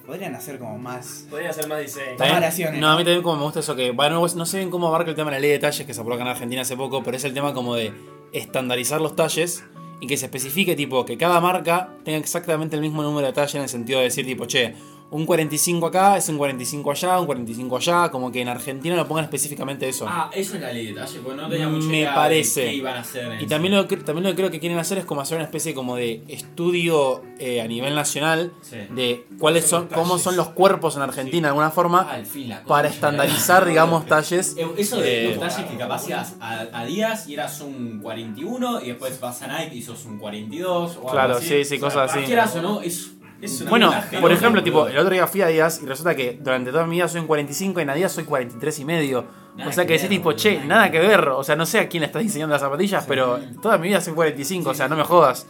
G: Podrían hacer como más.
F: Podría ser más diseño.
D: También-
G: Comparaciones.
D: No, a mí también como me gusta eso que, bueno, no sé bien cómo abarca el tema de la ley de talles que se aprobó acá en Argentina hace poco, pero es el tema como de estandarizar los talles y que se especifique tipo que cada marca tenga exactamente el mismo número de talles en el sentido de decir tipo, che, un 45 acá es un 45 allá, un 45 allá, como que en Argentina lo pongan específicamente eso.
B: Ah, eso es la ley de detalle, porque no tenía
D: Me
B: mucha idea
D: parece.
B: de qué iban a hacer. en
D: Y
B: sí.
D: también lo, que, también lo que creo que quieren hacer es como hacer una especie como de estudio eh, a nivel nacional
B: Sí.
D: de cuáles son, cómo son los cuerpos en Argentina de alguna
B: Ah,
D: forma
B: al fin, la concha.
D: para estandarizar, digamos, talles.
B: Eh, Eso de
D: Eh,
B: los talles que capaz ibas a, a días y eras un 41 y después vas a Nike y sos un 42 o algo
D: Claro,
B: así.
D: sí, sí, cosas así.
B: Quieras o no, es, es una
D: Bueno,
B: ventaja,
D: por
B: ¿no?
D: ejemplo,
B: Boludo.
D: tipo, el otro día fui a Díaz y resulta que durante toda mi vida soy un 45 y en Adidas soy 43 y medio.
B: Nada
D: o sea
B: que
D: que decís
B: ver,
D: tipo,
B: boludo,
D: che,
B: nada
D: nada que ver. O sea, no sé a quién le estás diseñando las zapatillas, pero toda mi vida soy 45, o sea, no me jodas.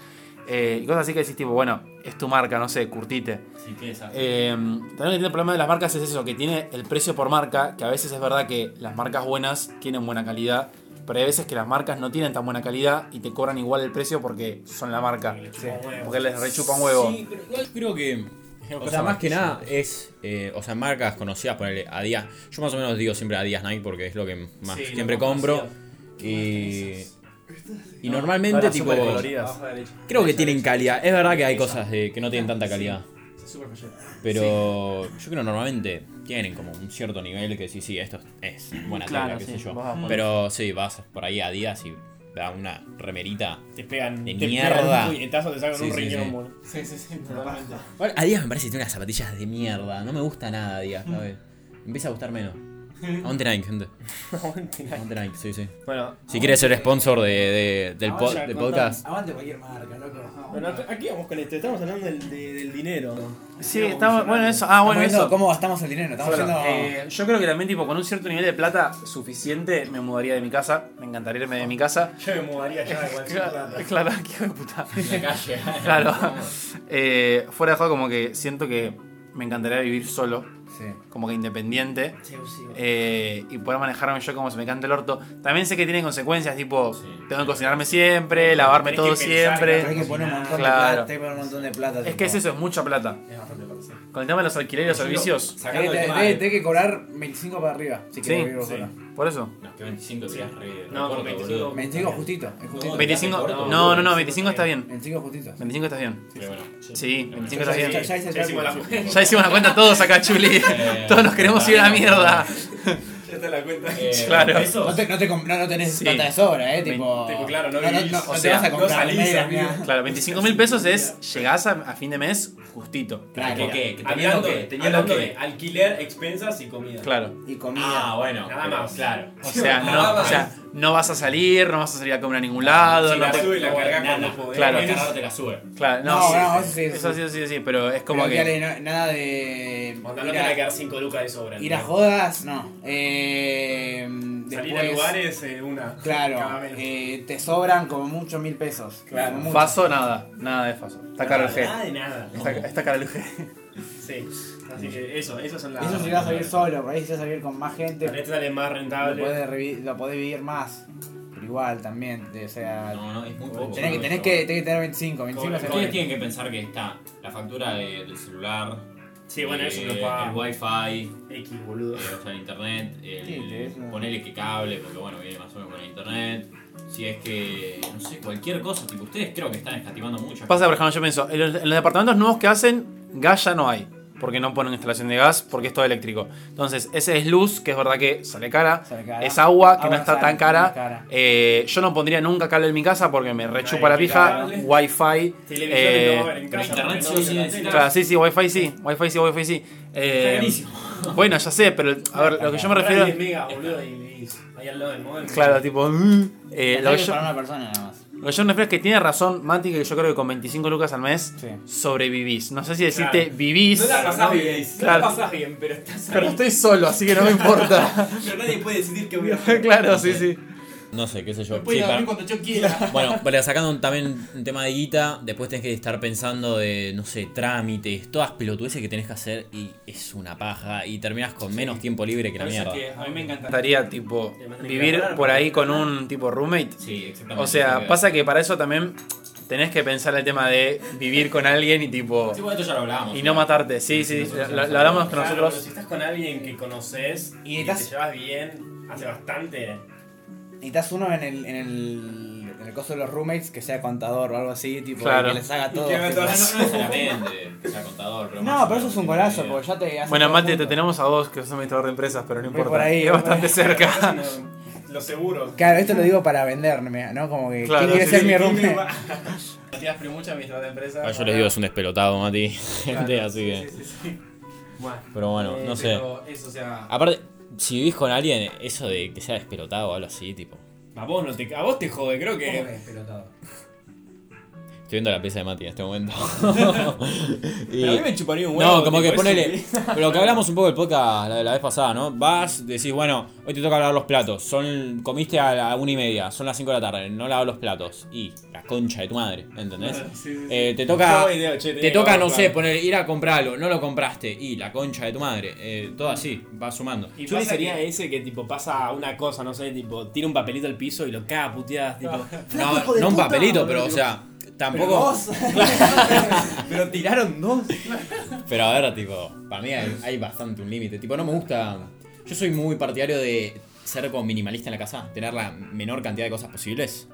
D: Eh, y cosas así que decís tipo, bueno, es tu marca, no sé, curtite.
B: Sí, qué desafío.
D: Eh, también lo que tiene el problema de las marcas es eso, que tiene el precio por marca, que a veces es verdad que las marcas buenas tienen buena calidad, pero hay veces que las marcas no tienen tan buena calidad y te cobran igual el precio porque son la marca. Porque les rechupa un huevo.
B: Sí, pero igual creo que. O sea,
D: cosas
B: más
D: más
B: que nada es. eh, o sea, marcas conocidas, ponerle Adidas. Yo más o menos digo siempre Adidas Nike porque es lo que más
F: Sí,
B: siempre
F: lo más
B: compro.
F: conocido.
B: Y. Y
H: No,
B: normalmente,
H: eran
B: tipo.
H: supercoloridas.
A: Abajo a la derecha.
B: Creo que tienen calidad. Es verdad que hay cosas de- que no tienen tanta calidad.
A: Es súper fallero.
B: Pero yo creo normalmente tienen como un cierto nivel que sí, sí, esto es buena
E: Claro,
B: tela, qué
E: sí,
B: sé yo.
E: vas a poner-
B: Pero sí, vas por ahí a Adidas y da una remerita.
F: Te pegan.
B: De
F: te
B: mierda.
F: pegan un puñetazo, te sacan
B: Sí,
F: un
B: sí,
F: riñón,
B: sí.
F: boludo.
A: Sí, sí, sí, totalmente.
B: Igual, Adidas me parece que tiene unas zapatillas de mierda. No me gusta nada Adidas,
F: Mm.
B: ¿sabes? Me Empieza a gustar menos. Aguante Nike, gente. Aguante Nike, sí, sí.
F: Bueno,
B: Si quieres ser sponsor de, de- del, po-
F: Ahora,
B: del
F: contame.
B: podcast.
G: Aguante cualquier marca,
D: Ah,
G: loco.
F: bueno, acá- aquí vamos con esto. Estamos hablando del, de- del dinero.
D: Sí, estamos, bueno, eso. Ah, bueno,
G: Estamos viendo
D: eso.
G: ¿Cómo gastamos el dinero? Estamos
D: Bueno,
G: haciendo.
D: eh, yo creo que también, tipo, con un cierto nivel de plata suficiente, me mudaría de mi casa. Me encantaría irme de mi casa.
F: Yo me mudaría ya de cualquier
D: Claro,
F: plata.
D: claro, qué hijo de puta.
B: En la calle.
D: Claro. Eh, fuera de juego, como que siento que me encantaría vivir solo,
G: Sí.
D: como que independiente. eh, y poder manejarme yo como se me cante el orto. También sé que tiene consecuencias, tipo,
B: Sí.
D: tengo que cocinarme siempre, lavarme
F: Tenés
D: todo
F: que pensar,
D: siempre.
G: Pero hay que poner un montón de
D: Claro.
G: plata, hay que poner un montón de plata.
D: Es que es eso, es mucha plata. Con el tema de los alquileres y servicios.
B: el
G: Tenés
B: tema de-
G: que cobrar 25 para arriba. Si
D: Sí,
G: querés vivir vos
D: sí.
G: solo.
D: Por eso.
B: No, que 25 te re.
F: No,
B: recorto,
F: con 25.
B: boludo.
G: 25 justito, es justito.
B: No,
D: 25.
B: no,
D: No, no, no, 25 está bien.
G: 25 justito.
D: 25 está bien.
B: Pero bueno.
D: Sí, 25 está
G: Ya, ya,
D: bien.
G: ya hice el
F: Ya hicimos la
G: cálculo.
F: cuenta.
D: Ya hicimos la cuenta todos acá, Chuli.
F: Eh,
D: Todos nos queremos ir a la mierda.
F: Ya está la cuenta.
B: Eh,
D: Claro.
B: ¿pesos?
G: No, te, no, te comp- no, no tenés
D: Sí.
G: plata de sobra, eh, tipo.
F: tipo, claro, no
G: no, no,
F: vivís.
G: no,
F: O
G: no te
D: sea,
G: vas a
F: no
G: comprar
F: salís,
G: medias,
F: amigo.
G: nada.
D: Claro, 25 mil pesos es llegás a, a fin de mes justito.
G: Claro.
B: ¿Qué, qué?
F: Hablando,
B: Teniendo que-
F: de-
B: teniendo
F: hablando
B: que-
F: de alquiler, expensas y comida.
D: Claro.
G: Y comida.
B: Ah, bueno.
F: Nada
B: pero
F: más.
B: Claro.
D: O sea, no, o sea, no vas a salir, no vas a salir a comer a ningún lado.
F: Si
D: no
F: la
D: te-
F: sube y la carga
B: Nada.
F: cuando podés.
D: Claro.
B: El cargador te la sube.
D: Claro, no. sí,
G: No, no,
D: sí,
G: sí,
D: eso sí, sí, sí, pero es como
G: Pero
D: que.
G: dale, no- nada de.
F: Onda, no
G: ir
F: te van a
G: a-
F: quedar 5 lucas de sobra.
G: Ir a
F: ¿no?
G: jodas, no. Eh,
F: Salir
G: después-
F: a lugares, eh, una. cada
G: Claro,
F: menos.
G: eh, te sobran como mucho mil pesos.
F: Claro.
G: Como mucho.
D: Faso, nada, nada de faso. Está caro el
F: Nada
D: G.
F: de nada.
D: Está, está caro el G.
F: Sí. Así que eso, eso son las.
G: Eso si vas a vivir solo, por ahí si vas a vivir con más gente,
F: Tal vez te sale más
G: lo
F: rentable.
G: podés, revi- lo podés vivir más. Pero igual también, te- o sea.
B: No, no, es muy poco.
G: tenés, que,
B: ¿no?
G: tenés, que, tenés que tener 25, 25
F: Cobra,
G: se
B: Ustedes
G: tiene.
B: tienen que pensar que está la factura de- del celular,
F: Sí, bueno, eso
B: eh,
F: no paga.
B: El wifi,
F: X, boludo.
B: eh, o sea, el internet,
G: Sí,
B: el,
G: interesa.
B: ponele que cable, porque bueno, viene más o menos con el internet. Si es que, no sé, cualquier cosa, tipo, ustedes creo que están escatimando muchas
D: Pasa, por ejemplo, yo pienso, en los, en los departamentos nuevos que hacen, gas ya no hay. Porque no ponen instalación de gas, porque es todo eléctrico. Entonces, ese es luz, que es verdad que sale cara.
G: Sale cara.
D: Es agua, que
G: Agua
D: no está
G: sale,
D: tan cara.
G: muy cara.
D: Eh, yo no pondría nunca cable en mi casa porque me rechupa la pija.
F: cable.
D: Wi-Fi.
F: Televisiones
D: eh,
F: no va a haber en casa.
B: internet
F: porque
B: sí
F: no
B: o sí
F: viene la
B: necesitas.
F: tele.
D: Claro, sí, sí, Wi-Fi sí. Wi-Fi sí, Wi-Fi sí. Eh,
F: Está carísimo.
D: bueno, ya sé, pero a ver, lo que yo me
F: Ahora hay
D: refiero.
F: 10 mega, boludo, y, y ahí al lado del modem.
D: Claro, tipo. mm, eh, lo que yo-
E: para una persona nada más.
D: Lo que yo me refiero es que tiene razón Mati, que yo creo que con 25 lucas al mes
G: Sí.
D: sobrevivís. No sé si decirte
F: Claro.
D: vivís,
F: No la pasás bien, no
D: Claro.
F: la pasás bien, pero estás
D: pero estoy solo, así que no me importa.
F: Pero nadie puede decidir qué voy a hacer.
D: claro, sí, sí.
B: No sé, qué sé yo.
A: Voy
B: Sí,
A: a
B: para-
A: dormir cuando yo quiera.
B: Bueno, pero sacando un- también un tema de guita, después tenés que estar pensando de, no sé, trámites, todas pelotudeces que tenés que hacer y es una paja y terminás con menos tiempo libre que la mierda.
A: A mí me encanta.
D: Estaría tipo vivir por ahí con un tipo roommate.
B: Sí, exactamente.
D: O sea, pasa que para eso también tenés que pensar el tema de vivir con alguien y tipo.
B: Sí, bueno, esto ya lo hablábamos.
D: Y no matarte. Sí, sí, lo, lo- lo hablamos con
F: Claro, pero
D: nosotros.
F: si estás con alguien que conoces y,
G: estás-
F: te llevas bien hace bastante.
G: Necesitas uno en el, en el, en el coso de los roommates que sea contador o algo así, tipo,
D: Claro.
G: que les haga todo.
A: que haga
G: tipo.
A: todas las-
B: No necesariamente que sea contador, pero más
G: No,
B: o
G: pero
B: menos
G: eso es un
B: tiene
G: golazo,
B: idea.
G: porque ya te hace
D: Bueno,
G: todo
D: Mate, te
G: junto.
D: tenemos a vos, que sos administrador de empresas, pero no
G: Voy
D: importa.
G: por ahí,
D: es
G: voy por
D: bastante
G: ahí.
D: cerca.
F: Los seguros.
G: Claro, esto lo digo para venderme, ¿no? Como que,
D: Claro,
G: ¿quién quiere
D: sí,
G: ser
D: sí,
G: mi
D: sí,
G: roommate?
A: Matías Primucha, administrador de empresa.
B: Ah, yo les digo, es un despelotado, Mati. Gente, así que.
A: Sí, sí, sí. Bueno,
B: Pero bueno,
A: eh,
B: no sé.
A: pero Eso, o sea.
B: Aparte, si vivís con alguien, eso de que sea despelotado o algo así, tipo.
F: A vos, no te, a vos te jode, creo
A: ¿cómo
F: que.
A: que despelotado?
B: Estoy viendo la pieza de Mati en este momento. Y-
F: Pero a mí me chuparía un huevo.
B: No, como que
F: tipo, eso
B: ponele. Lo que hablamos un poco del podcast la, la vez pasada, ¿no? Vas, decís, bueno, hoy te toca lavar los platos. Son, comiste a la una y media, son las 5 de la tarde, no lavas los platos. Y la concha de tu madre, ¿entendés?
F: Ah,
B: Eh, te toca.
F: Yo idea, che, tenía
B: te
F: que
B: toca,
F: lavar
B: no
F: los
B: sé,
F: platos.
B: poner, ir a comprarlo, no lo compraste. Y la concha de tu madre. Eh, todo así, va sumando.
F: Y
B: Yo
F: Chuli
B: le
F: sería ese que tipo pasa una cosa, no sé, tipo tira un papelito al piso y lo caga a puteadas, tipo.
B: No, no un papelito, pero o sea, tampoco.
F: Pero tiraron dos.
B: Pero a ver, tipo, para mí hay, hay bastante un límite. Tipo, no me gusta. Yo soy muy partidario de ser como minimalista en la casa, tener la menor cantidad de cosas posibles.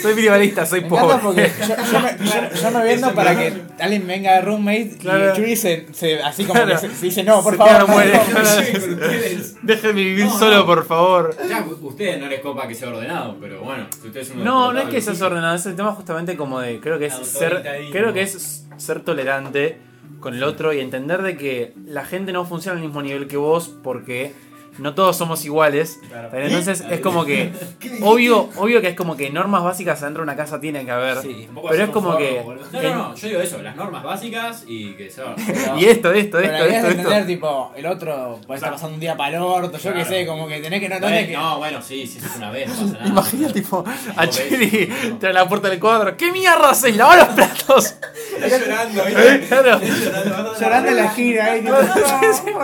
D: Soy minimalista, soy
G: Me encanta
D: pobre.
G: porque yo, yo me, yo, yo me vendo para que alguien venga de roommate
D: Claro.
G: y Churi se, se- así como
D: Claro.
G: que se, se dice no, por
D: Se
G: favor.
D: queda, muere.
G: no, no, no.
D: Déjenme vivir solo, por favor.
B: Ya, a ustedes no les copa que sea ordenado, pero bueno, si ustedes son
D: No, no es que seas ordenado, es el tema justamente como de, creo que es ser,
F: Autoritarismo.
D: creo que es ser tolerante con el otro y entender de que la gente no funciona al mismo nivel que vos porque no todos somos iguales.
F: Claro.
D: Pero entonces es como que, obvio, obvio que es como que normas básicas dentro de una casa tienen que haber. pero es como que,
B: No, no, no, yo digo eso, las normas básicas y que sea
G: Pero-
D: y esto, esto,
G: pero la
D: esto,
G: idea es
D: esto, esto.
G: entender, tipo, el otro puede estar pasando un día para el orto, yo qué
B: Claro.
G: sé, como que tenés que no
B: No,
G: tenés que.
B: bueno, sí, si eso es una vez, no pasa nada.
D: Imagina tipo a
B: No,
D: Chili
B: ves, no.
D: tras la puerta del cuadro. ¿Qué mierda haces? Lava los platos.
A: Está llorando, ¿viste?
D: Claro.
G: Llorando en la gira ahí, tipo,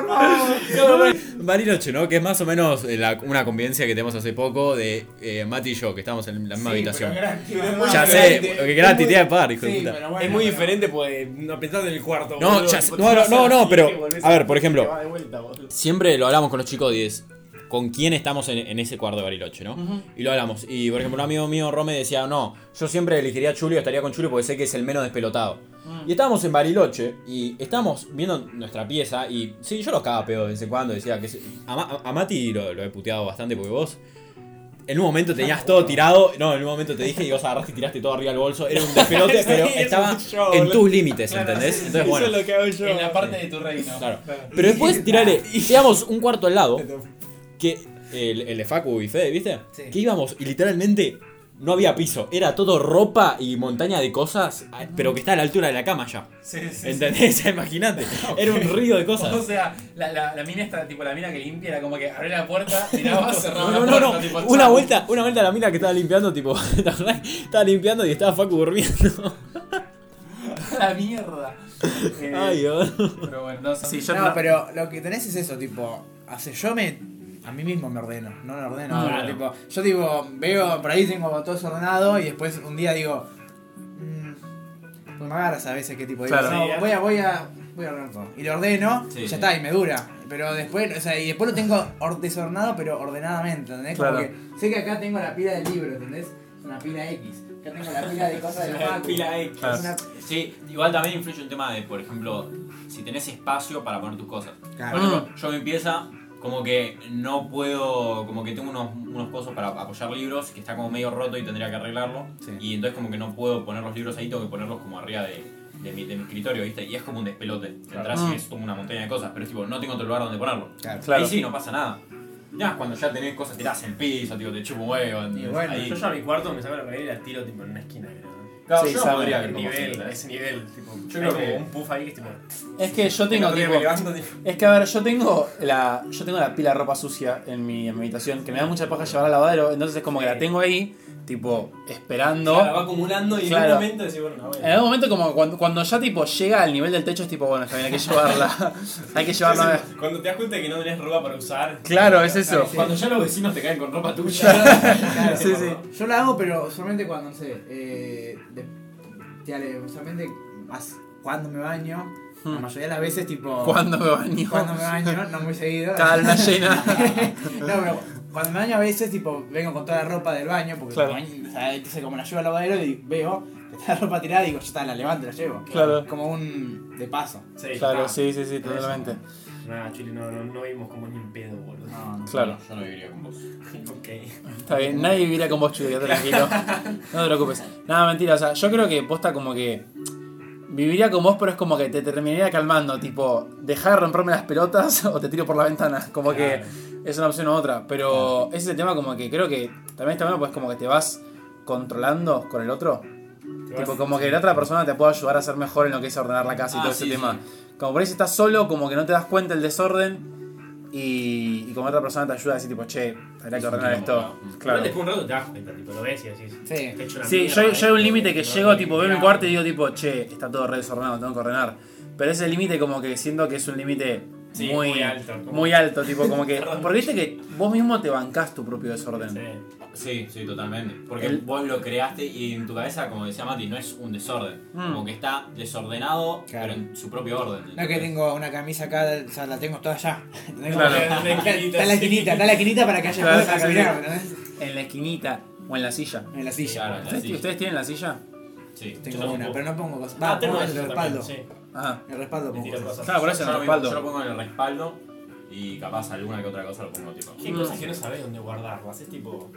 G: no, por favor.
B: Bariloche, ¿no? Que es más o menos eh, la- una convivencia que tenemos hace poco de eh, Mati y yo, que estábamos en la misma habitación.
G: Ah,
B: Ya sé, que gratis, tía de par, hijo de puta.
F: es muy diferente porque no pensás en el cuarto.
B: No,
F: Oh, boludo,
B: ya
F: tipo,
B: sé- no,
F: te
B: no,
F: vas a
B: no,
F: la
B: no,
F: siguiente,
B: pero,
F: volvés
B: a ver, por ejemplo,
F: te vas de vuelta, boludo.
B: Siempre lo hablamos con los chicos y es con quién estamos en, en ese cuarto de Bariloche, ¿no? Y lo hablamos. Y por ejemplo, un amigo mío, Rome, decía, no, yo siempre elegiría a Chulio, estaría con Chulio porque sé que es el menos despelotado.
F: Mm.
B: Y estábamos en Bariloche y estábamos viendo nuestra pieza y sí, yo los cagaba pedo de vez en cuando, decía que... se- A, Ma- a Mati lo, lo he puteado bastante porque vos... En un momento tenías todo tirado, no, en un momento te dije y vos agarraste y tiraste todo arriba del bolso, era un despelote, pero
F: eso
B: estaba
F: soy yo,
B: en
F: boludo.
B: tus límites, ¿entendés? Entonces, bueno,
F: Eso es lo que hago yo.
A: En la parte de tu reino.
B: Claro. Pero después tiraré, íbamos un cuarto al lado, que el, el de Facu y Fede, ¿viste? Que íbamos y literalmente no había piso, era todo ropa y montaña de cosas, ah, pero que está a la altura de la cama ya.
A: Sí, sí, sí.
B: ¿Entendés? Imagínate, era un río de
A: O
B: cosas.
A: sea, la, la, la mina está, tipo, la mina que limpia era como que abrió la puerta, miraba, cerraba
B: No, no,
A: la
B: no,
A: puerta,
B: no.
A: tipo,
B: Una
A: chao.
B: vuelta, una vuelta la mina que estaba limpiando, tipo, ¿te acordás? estaba limpiando y estaba Facu durmiendo.
A: La mierda. Eh,
B: Ay, Dios.
A: Pero bueno, no, son-
D: Sí, yo
G: No, pero lo que tenés es eso, tipo, hace yo me. A mí mismo me ordeno, no me ordeno.
B: No,
G: pero,
B: no.
G: tipo, yo tipo, veo por ahí tengo todo desordenado y después un día digo. mm, Porque me agarras a veces qué tipo de
D: Claro.
G: no, voy
A: eh.
G: a, voy a. Voy a ordenar todo. Y lo ordeno,
A: Sí,
G: ya
A: sí.
G: está, y me dura. Pero después, o sea, y después lo tengo or- desordenado, pero ordenadamente, ¿entendés? Como
H: Claro.
G: que sé que acá tengo la pila de libros, ¿entendés? Es una pila X. Acá tengo la pila de cosas de la Macu.
A: Pila X.
G: Es una-
B: Sí, igual también influye un tema de, por ejemplo, si tenés espacio para poner tus cosas.
G: Claro.
B: Por
A: Mm.
B: ejemplo, yo me empieza como que no puedo, como que tengo unos, unos cosos para apoyar libros que está como medio roto y tendría que arreglarlo.
G: Sí.
B: Y entonces como que no puedo poner los libros ahí, tengo que ponerlos como arriba de, de mi, de mi escritorio, ¿viste? Y es como un despelote. Entrás
A: Mm.
B: y es como una montaña de cosas, pero es tipo, no tengo otro lugar donde ponerlo.
G: Claro.
B: Ahí sí, no pasa nada. Ya, cuando ya tenés cosas, tirás en el piso, tipo, te chupo un huevo. ¿entendés?
G: bueno,
B: Ahí-
F: Yo ya a mi cuarto me saco la cadena y la tiro tipo en una esquina, creo.
B: Claro,
H: Sí,
B: yo no
H: sabe,
B: podría
F: El
B: ver cómo
F: nivel,
B: se-
F: ese nivel, tipo. Yo
B: Yo
F: creo
B: creo
F: como
B: que-
F: un puff ahí que es tipo.
D: Es que yo
F: el
D: tengo
F: otro día
D: tipo.
F: me levanto, tipo,
D: Es que a ver, yo tengo la, yo tengo la pila de ropa sucia en mi, en mi habitación, que me da mucha paja llevar al lavadero, entonces es como que la tengo ahí, tipo, esperando.
F: La va acumulando y en un
D: Claro.
F: momento decís, bueno, no, bueno.
D: En
B: ¿Eh?
D: algún momento como cuando, cuando ya tipo llega al nivel del techo es tipo, bueno, está bien, hay que llevarla. hay que llevarla.
F: Cuando te das cuenta que no tenés ropa para usar.
D: Claro, es eso.
B: Cuando ya los vecinos te caen con ropa tuya.
G: Claro,
D: Sí,
G: tipo, Yo la hago, pero solamente cuando, no sé, eh, de- tía, le- solamente as- cuando me baño, la
D: Hmm.
G: mayoría de las veces, tipo,
D: Cuando me baño.
G: cuando me baño, no muy seguido.
D: Cada luna llena.
G: no, pero cuando me baño a veces, tipo, vengo con toda la ropa del baño, porque
D: Claro.
G: me baño, o sea, entonces como la llevo al lavadero y veo que está la ropa tirada, digo, yo está, la levanto, la llevo.
D: Claro.
G: Como un de paso.
F: Sí,
D: Claro,
F: está.
D: sí, sí, sí, totalmente.
F: Nah, Chile, no, no, no vimos como ni en pedo, boludo.
G: No, no.
D: Claro.
B: Yo no viviría con vos.
F: ok.
D: Está bien, nadie vivirá con vos, Chuy, quédate tranquilo. No te preocupes. Nada, mentira, o sea, yo creo que posta como que. Viviría con vos, pero es como que te terminaría calmando, tipo, dejar de romperme las pelotas o te tiro por la ventana. Como que es una opción u otra. Pero ese es el tema, como que creo que también está bueno, pues como que te vas controlando con el otro. Tipo, como que la otra persona te puede ayudar a ser mejor en lo que es ordenar la casa y
B: Ah,
D: todo
B: sí,
D: ese
B: sí.
D: tema. Como por ahí si estás solo, como que no te das cuenta del desorden y, y como otra persona te ayuda a decir, tipo, che, habría que ordenar esto.
F: Claro.
D: Claro.
F: Después de un rato te das cuenta, tipo, lo ves y decís.
G: Sí.
F: "Te he hecho una
D: Sí,
F: mierda,
D: yo, yo hay
F: esto,
D: un límite que
F: no eh.
D: llego,
F: tengo
D: tipo, veo mi
F: idea".
D: cuarto y digo, tipo, che, está todo re desordenado, tengo que ordenar. Pero ese límite, como que siento que es un límite
F: Sí,
D: muy,
F: muy alto, como-
D: muy alto, tipo, como que. Porque viste que vos mismo te bancás tu propio desorden.
G: Ah,
F: Sí.
B: Sí, sí, totalmente. Porque
D: El-
B: vos lo creaste y en tu cabeza, como decía Mati, no es un desorden.
D: Mm.
B: Como que está desordenado,
G: Claro.
B: pero en su propio orden.
G: No es que tengo una camisa acá, o sea, la tengo toda allá. ¿Entendés?
D: Claro.
G: Está está en la esquinita, está en la esquinita para que haya
D: Claro,
G: cosas a
D: sí, sí.
G: caminar, ¿entendés?
D: En la esquinita o en la silla.
G: En la silla.
B: Claro, la
D: ¿Ustedes,
B: silla.
D: ¿ustedes tienen la silla?
B: Sí.
E: pues,
B: Yo
G: Tengo
B: tampoco.
G: una, pero no pongo cosas. Va,
F: Ah, tengo
G: pongo
F: eso
G: el respaldo.
F: también, sí.
D: Ah,
G: El respaldo
F: Me
G: pongo.
F: tiro cosas.
D: claro, por eso
B: Yo
D: en el
B: lo, pongo- yo
D: respaldo.
B: lo pongo en el respaldo y capaz alguna que otra cosa lo pongo tipo.
F: Hay cosas que no sabes dónde guardarlas, es tipo.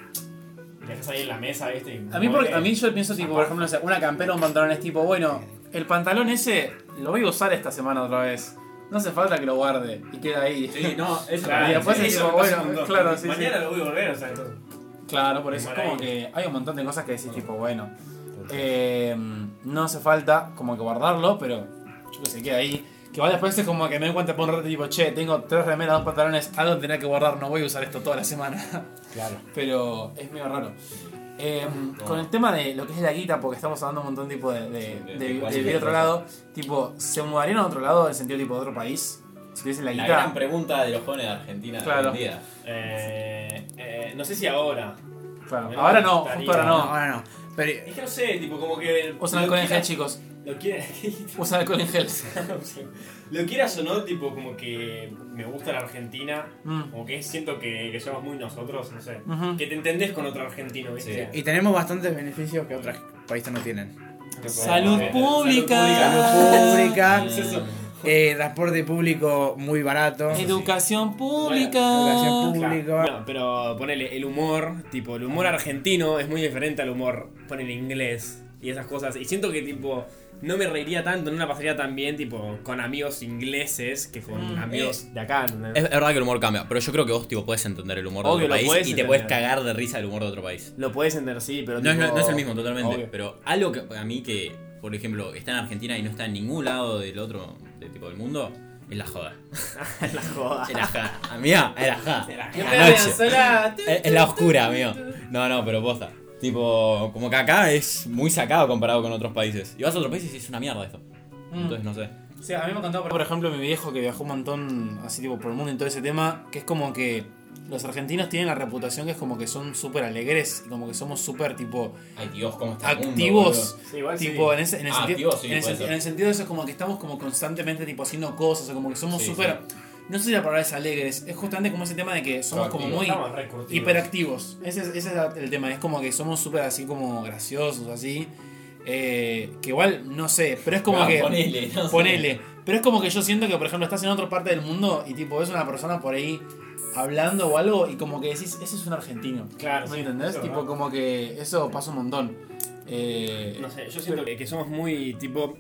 F: y Dejas ahí en la mesa, ¿viste? Y
D: A mí, porque, a mí
F: mueves.
D: yo pienso, tipo, por ejemplo, no sé, una campera o un pantalón es tipo, bueno, el pantalón ese lo voy a usar esta semana otra vez. No hace falta que lo guarde y queda ahí.
B: Sí, no, eso
F: Claro,
D: Y después
F: sí,
D: es
F: eso
D: tipo,
F: me pasa
D: bueno,
F: un montón.
D: claro, sí,
F: Mañana lo voy a volver, o sea, entonces.
D: Claro, por eso es
F: Para
D: como
F: ahí.
D: que hay un montón de cosas que decís, tipo, bueno, eh, no hace falta como que guardarlo, pero yo que sé, queda ahí. Que igual después es como que me doy cuenta por un rato, tipo, che, tengo tres remeras, dos pantalones, algo tendría que guardar, no voy a usar esto toda la semana.
G: Claro.
D: Pero es medio raro. Eh, con el tema de lo que es la guita, porque estamos hablando un montón tipo de, de,
B: Sí, de-
D: de-
B: de
D: de
B: cualquier
D: vivir a otro
B: cosa.
D: lado, tipo, ¿se mudarían a otro lado en sentido tipo de otro país? Si tuviesen la
B: La
D: guita.
B: gran pregunta de los jóvenes de Argentina de
D: Claro.
B: hoy en día.
F: Eh, eh, no sé si ahora.
D: Claro.
F: Me
D: Ahora no,
F: gustaría.
D: justo ahora
G: No,
D: no.
G: ahora
E: Ah,
G: no. Pero
F: Es que no sé, tipo, como que.
D: Usan
F: lo
D: alcohol en gel,
F: quieras-
D: chicos.
F: Lo quieren.
D: Usan alcohol en gel.
F: lo quieras o no, tipo, como que me gusta la Argentina.
D: Mm.
F: Como que siento que, que somos muy nosotros, no sé.
D: Ujú.
F: Que te entendés con otro argentino, ¿viste?
G: Y tenemos bastantes beneficios que otros países no tienen. Tipo,
D: Salud
F: Eh,
D: pública.
G: salud pública,
F: Acceso-
G: eh, transporte público muy barato,
D: Educación
G: educación
D: pública.
G: pública.
F: Bueno, pero ponele el humor, tipo, el humor argentino es muy diferente al humor, ponele inglés y esas cosas. Y siento que, tipo, no me reiría tanto, no la pasaría tan bien, tipo, con amigos ingleses que con amigos de acá. ¿no?
B: Eh, Es verdad que el humor cambia, pero yo creo que vos tipo puedes entender el humor
F: de
B: de
F: Obvio, otro
B: otro
F: lo país
B: país y
F: podés y te
B: te
F: entender. podés
B: puedes cagar de risa del humor de otro país.
F: Lo puedes entender, sí, pero.
B: No es,
F: tipo-
B: no es el mismo, totalmente.
F: obvio.
B: Pero algo que a mí que, por ejemplo, está en Argentina y no está en ningún lado del otro de tipo del mundo, es la joda.
F: la joda.
B: Es la ja. Amiga, es la ja.
F: ¿Qué
B: La noche. Es, es la oscura, amigo. No, no, pero posta. Tipo, como que acá es muy sacado comparado con otros países. Y vas a otros países y es una mierda esto.
D: Mm.
B: Entonces no sé.
D: Sí, a mí me contaba, por ejemplo, mi viejo que viajó un montón, así tipo, por el mundo en todo ese tema, que es como que los argentinos tienen la reputación que es como que son súper alegres y como que somos súper tipo
B: Ay, Dios, cómo está el mundo,
D: activos.
F: Sí, igual sí.
D: tipo, en, ese, en el
B: Ah,
D: senti-
B: activos, sí,
D: en el
B: puede
D: sen-
B: ser.
D: en el sentido de eso es como que estamos como constantemente tipo haciendo cosas o como que somos
B: Sí,
D: súper... No sé si la palabra es alegres, es justamente como ese tema de que somos como muy
F: Estamos re curtidos.
D: hiperactivos. Ese es, ese es la- el tema, es como que somos súper así como graciosos, así. Eh, que igual, no sé, pero es como
B: Ah,
D: que...
B: Ponele, no sé.
D: Ponele. Pero es como que yo siento que, por ejemplo, estás en otra parte del mundo y tipo ves una persona por ahí hablando o algo y como que decís, ese es un argentino.
F: Claro,
D: ¿No
F: sí,
D: entendés?
F: es
D: Tipo,
F: verdad.
D: como que eso pasa un montón. Eh,
F: No sé, yo siento que, que somos muy tipo.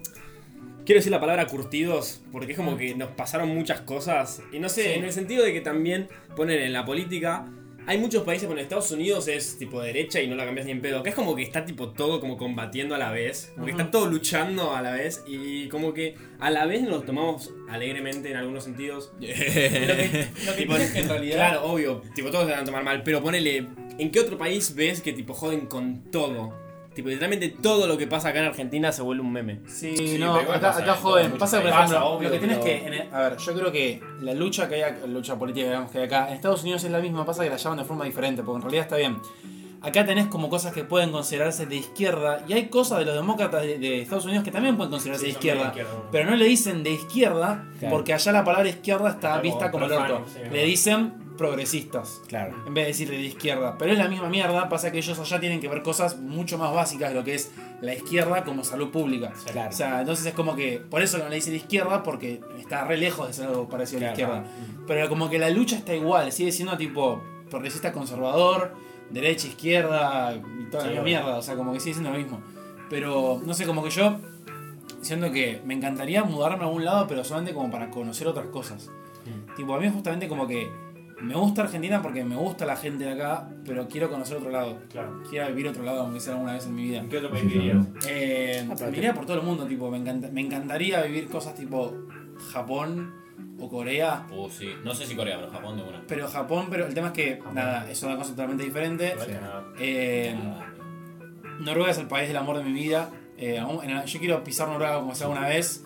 F: Quiero decir la palabra curtidos, porque es como que nos pasaron muchas cosas. Y no sé, en el sentido de que también ponen en la política. Hay muchos países, bueno, Estados Unidos es tipo derecha y no la cambias ni en pedo. Acá es como que está tipo todo como combatiendo a la vez. Como que está todo luchando a la vez. Y como que a la vez nos tomamos alegremente en algunos sentidos. Lo que- lo que
B: Tipo,
F: tiene es que en realidad- Claro, obvio. Tipo, todos se van a tomar mal. Pero ponele. ¿En qué otro país ves que tipo joden con todo? Tipo, literalmente todo lo que pasa acá en Argentina se vuelve un meme.
D: Sí,
B: Sí,
D: no,
B: pero igual
D: acá,
B: pasa
D: acá
B: en
D: joven.
B: todos
D: Pasa, por
B: muchos
D: ejemplo,
B: países. Pasa,
D: lo que
B: obvio,
D: tienes
B: pero-
D: que. en el- a ver, yo creo que la lucha que hay, ac- lucha política digamos, que hay acá, en Estados Unidos es la misma, pasa que la llaman de forma diferente, porque en realidad está bien. Acá tenés como cosas que pueden considerarse de izquierda, y hay cosas de los demócratas de, de Estados Unidos que también pueden considerarse de izquierda. Pero no le dicen de izquierda,
E: Claro.
D: porque allá la palabra izquierda está
F: Está como
D: vista como el
F: profano,
D: orto.
F: sí, es
D: le
F: verdad.
D: dicen progresistas.
E: Claro.
D: En vez de decirle de izquierda. Pero es la misma mierda, pasa que ellos allá tienen que ver cosas mucho más básicas de lo que es la izquierda como salud pública.
E: Claro.
D: O sea, entonces es como que, por eso no le dicen izquierda, porque está re lejos de ser algo parecido a la
E: Claro.
D: izquierda. Pero como que la lucha está igual, sigue siendo tipo progresista conservador, derecha, izquierda, y toda
F: Sí,
D: la
F: obvio.
D: mierda. O sea, como que sigue siendo lo mismo. Pero, no sé, como que yo, siento que me encantaría mudarme a algún lado, pero solamente como para conocer otras cosas.
F: Mm.
D: Tipo, a mí justamente como que me gusta Argentina porque me gusta la gente de acá, pero quiero conocer otro lado.
F: Claro.
D: Quiero vivir otro lado, aunque sea alguna vez en mi vida.
F: qué otro
H: país vivirías?
D: Eh,
E: Ah, pero
D: me iría por todo el mundo, tipo, me, encanta- me encantaría vivir cosas tipo Japón o Corea.
B: Uh, sí. No sé si Corea, pero Japón de una.
D: Pero Japón, pero el tema es que,
F: Japón.
D: nada, es una cosa totalmente diferente.
F: Igual que nada.
D: Eh, Noruega es el país del amor de mi vida. Eh, aún- en- yo quiero pisar Noruega como sea una vez.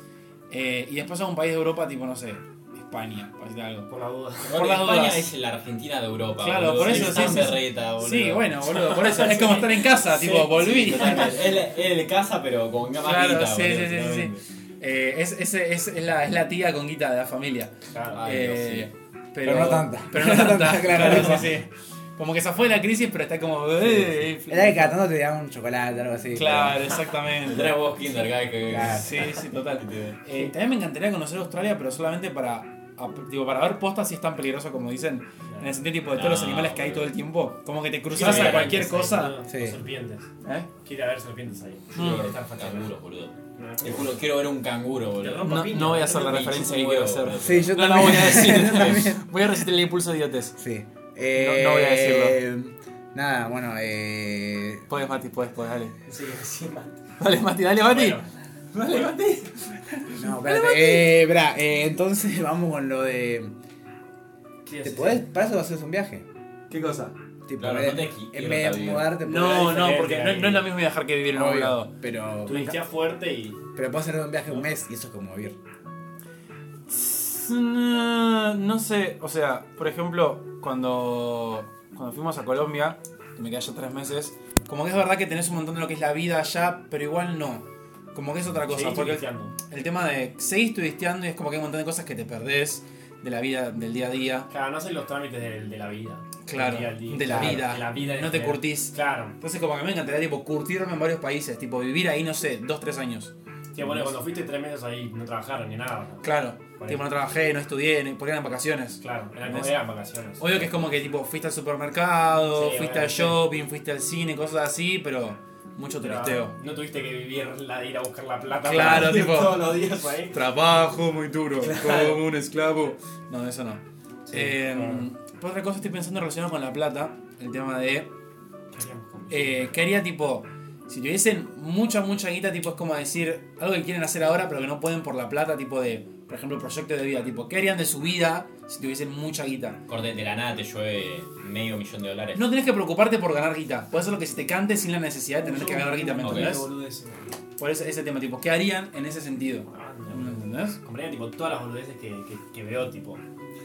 D: Eh, y después a un país de Europa, tipo, no sé, España, por decirte algo.
F: Por la duda.
D: por las
B: España
D: dudas.
B: es la Argentina de Europa.
D: Claro,
B: boludo.
D: por eso,
B: es
D: sí,
B: tan
D: sí, sí.
B: berreta, boludo.
D: Sí, bueno, boludo, por eso es como estar en casa, tipo, volví.
B: Totalmente. Él, él casa, pero con una
D: Claro,
B: maquinita,
D: sí,
B: boludo,
D: sí, sí, sí, sí.
B: totalmente.
D: Eh, es, es- es- es la, es la tía con guita de la familia.
F: Claro.
B: Ay,
D: Eh, pero,
E: Pero no tanta.
D: Pero no tanta, claro,
E: claro.
D: sí, sí. Como que se fue de la crisis, pero está como. eh,
E: Era que cada tanto te daban un chocolate o algo así.
D: Claro,
B: Dios.
D: exactamente.
B: Trae vos Kinder, guy, que.
E: Claro.
D: Sí, sí, total. Eh, también me encantaría conocer Australia, pero solamente para, ap- digo, para ver postas si es tan peligroso como dicen. En el sentido tipo de todos los
B: No,
D: animales que hay
B: boludo.
D: todo el tiempo. Como que te cruzas
F: Quiero
D: a
F: ver
D: cualquier
F: serpientes ahí,
D: cosa.
F: boludo.
E: Sí.
F: Serpientes.
D: ¿Eh?
F: Quiere haber serpientes ahí.
B: Quiero ver canguros, boludo.
F: No.
B: Te juro, quiero ver un canguro, boludo.
D: No, no voy a hacer la
B: Me
D: referencia
B: chupa
D: que
B: un huevo,
D: quiero hacer.
B: boludo.
E: Sí, yo
D: No la
E: también.
D: voy a
E: Yo también.
D: decir. voy a resistir el impulso de idiotez.
E: Sí.
D: no voy a
E: decirlo. Nada, bueno, eh.
D: Puedes, Mati, puedes, puedes, dale.
F: Sí, sí, man.
D: Dale, Mati, dale, Mati.
F: Bueno.
D: Dale, Mati.
E: No, espérate. Eh, espera, eh, entonces vamos con lo de.
F: Sí,
E: ¿Te
F: sí,
E: podés?
F: sí.
E: Para eso haces un viaje.
D: ¿Qué cosa?
E: Tipo,
B: Claro,
E: eh,
B: no te qui-
E: en vez de
B: quiero
E: mudarte por
D: No, no,
F: diferente
D: porque no,
F: ahí.
D: no es lo mismo viajar que vivir en un
E: Obvio,
D: lado.
E: Pero,
F: Turisteás fuerte y.
E: pero puedes hacer un viaje un mes y eso es como vivir.
D: No, Mm, no sé, o sea, por ejemplo, cuando, cuando fuimos a Colombia, que me quedé allá tres meses, como que es verdad que tenés un montón de lo que es la vida allá, pero igual no. Como que es otra cosa,
F: Seguís
D: porque
F: turisteando.
D: el tema de seguís turisteando y es como que hay un montón de cosas que te perdés de la vida, del día a día.
F: Claro, no haces los trámites del- de, la vida.
D: Claro,
F: Del día al día.
D: de la
F: Claro,
D: vida.
F: de la vida en
D: No te
F: general.
D: curtís.
F: Claro.
D: Entonces como que me encantaría tipo curtirme en varios países, tipo vivir ahí, no sé, dos, tres años.
F: Sí, bueno, cuando fuiste tres meses ahí no trabajaron ni nada. ¿no?
D: Claro,
F: Por
D: tipo
F: ahí.
D: no trabajé, no estudié, ni- porque eran vacaciones.
F: Claro, eran,
D: ¿Entendés?
F: eran vacaciones.
D: Obvio que es como que tipo fuiste al supermercado,
F: Sí,
D: fuiste al
F: obviamente.
D: shopping, fuiste al cine, cosas así, pero mucho
F: Pero
D: turisteo.
F: No tuviste que vivir la de ir a buscar la plata.
D: Claro,
F: para-
D: tipo-
F: Todos los días ahí.
D: Trabajo muy duro, como un esclavo. No, eso no.
F: Sí,
D: Eh,
F: claro.
D: Por otra cosa estoy pensando relacionado con la plata, el tema de
F: Queríamos comer.
D: eh, qué haría tipo si tuviesen mucha mucha guita, tipo es como decir algo que quieren hacer ahora pero que no pueden por la plata, tipo de, por ejemplo, proyecto de vida, tipo qué harían de su vida si tuviesen mucha guita.
B: Corte de la nada, te llueve medio millón de dólares.
D: No tenés que preocuparte por ganar guita, puedes hacer lo que se te cante sin la necesidad de tener que ganar guita, ¿me
B: Ok.
D: entendés?
F: Boludeces.
D: Por ese, ese tema, tipo, ¿qué harían en ese sentido?
F: Ah,
D: ¿Me
F: no.
D: entendés?
F: Compraría tipo todas las boludeces que, que, que veo, tipo.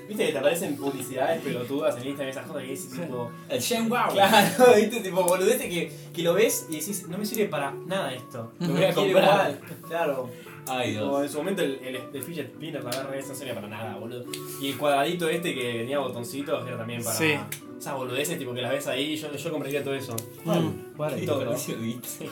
F: Viste que te aparecen publicidades pelotudas en Instagram y esas cosas que dices tipo.
E: El Shen Wow.
F: Claro, viste, tipo boludete que, que lo ves y decís, no me sirve para nada esto. Lo voy a comprar. Claro.
E: Ay,
F: O
E: Dios.
F: en su momento el, el, el fidget spinner, la verdad, esa no servía para nada, boludo. Y el cuadradito este que venía botoncitos era también para.
D: Sí.
F: Esas boludeces tipo que las ves ahí, yo, yo compraría todo eso.
E: Qué
F: todo, ¿no?
E: desperdicio, ¿viste?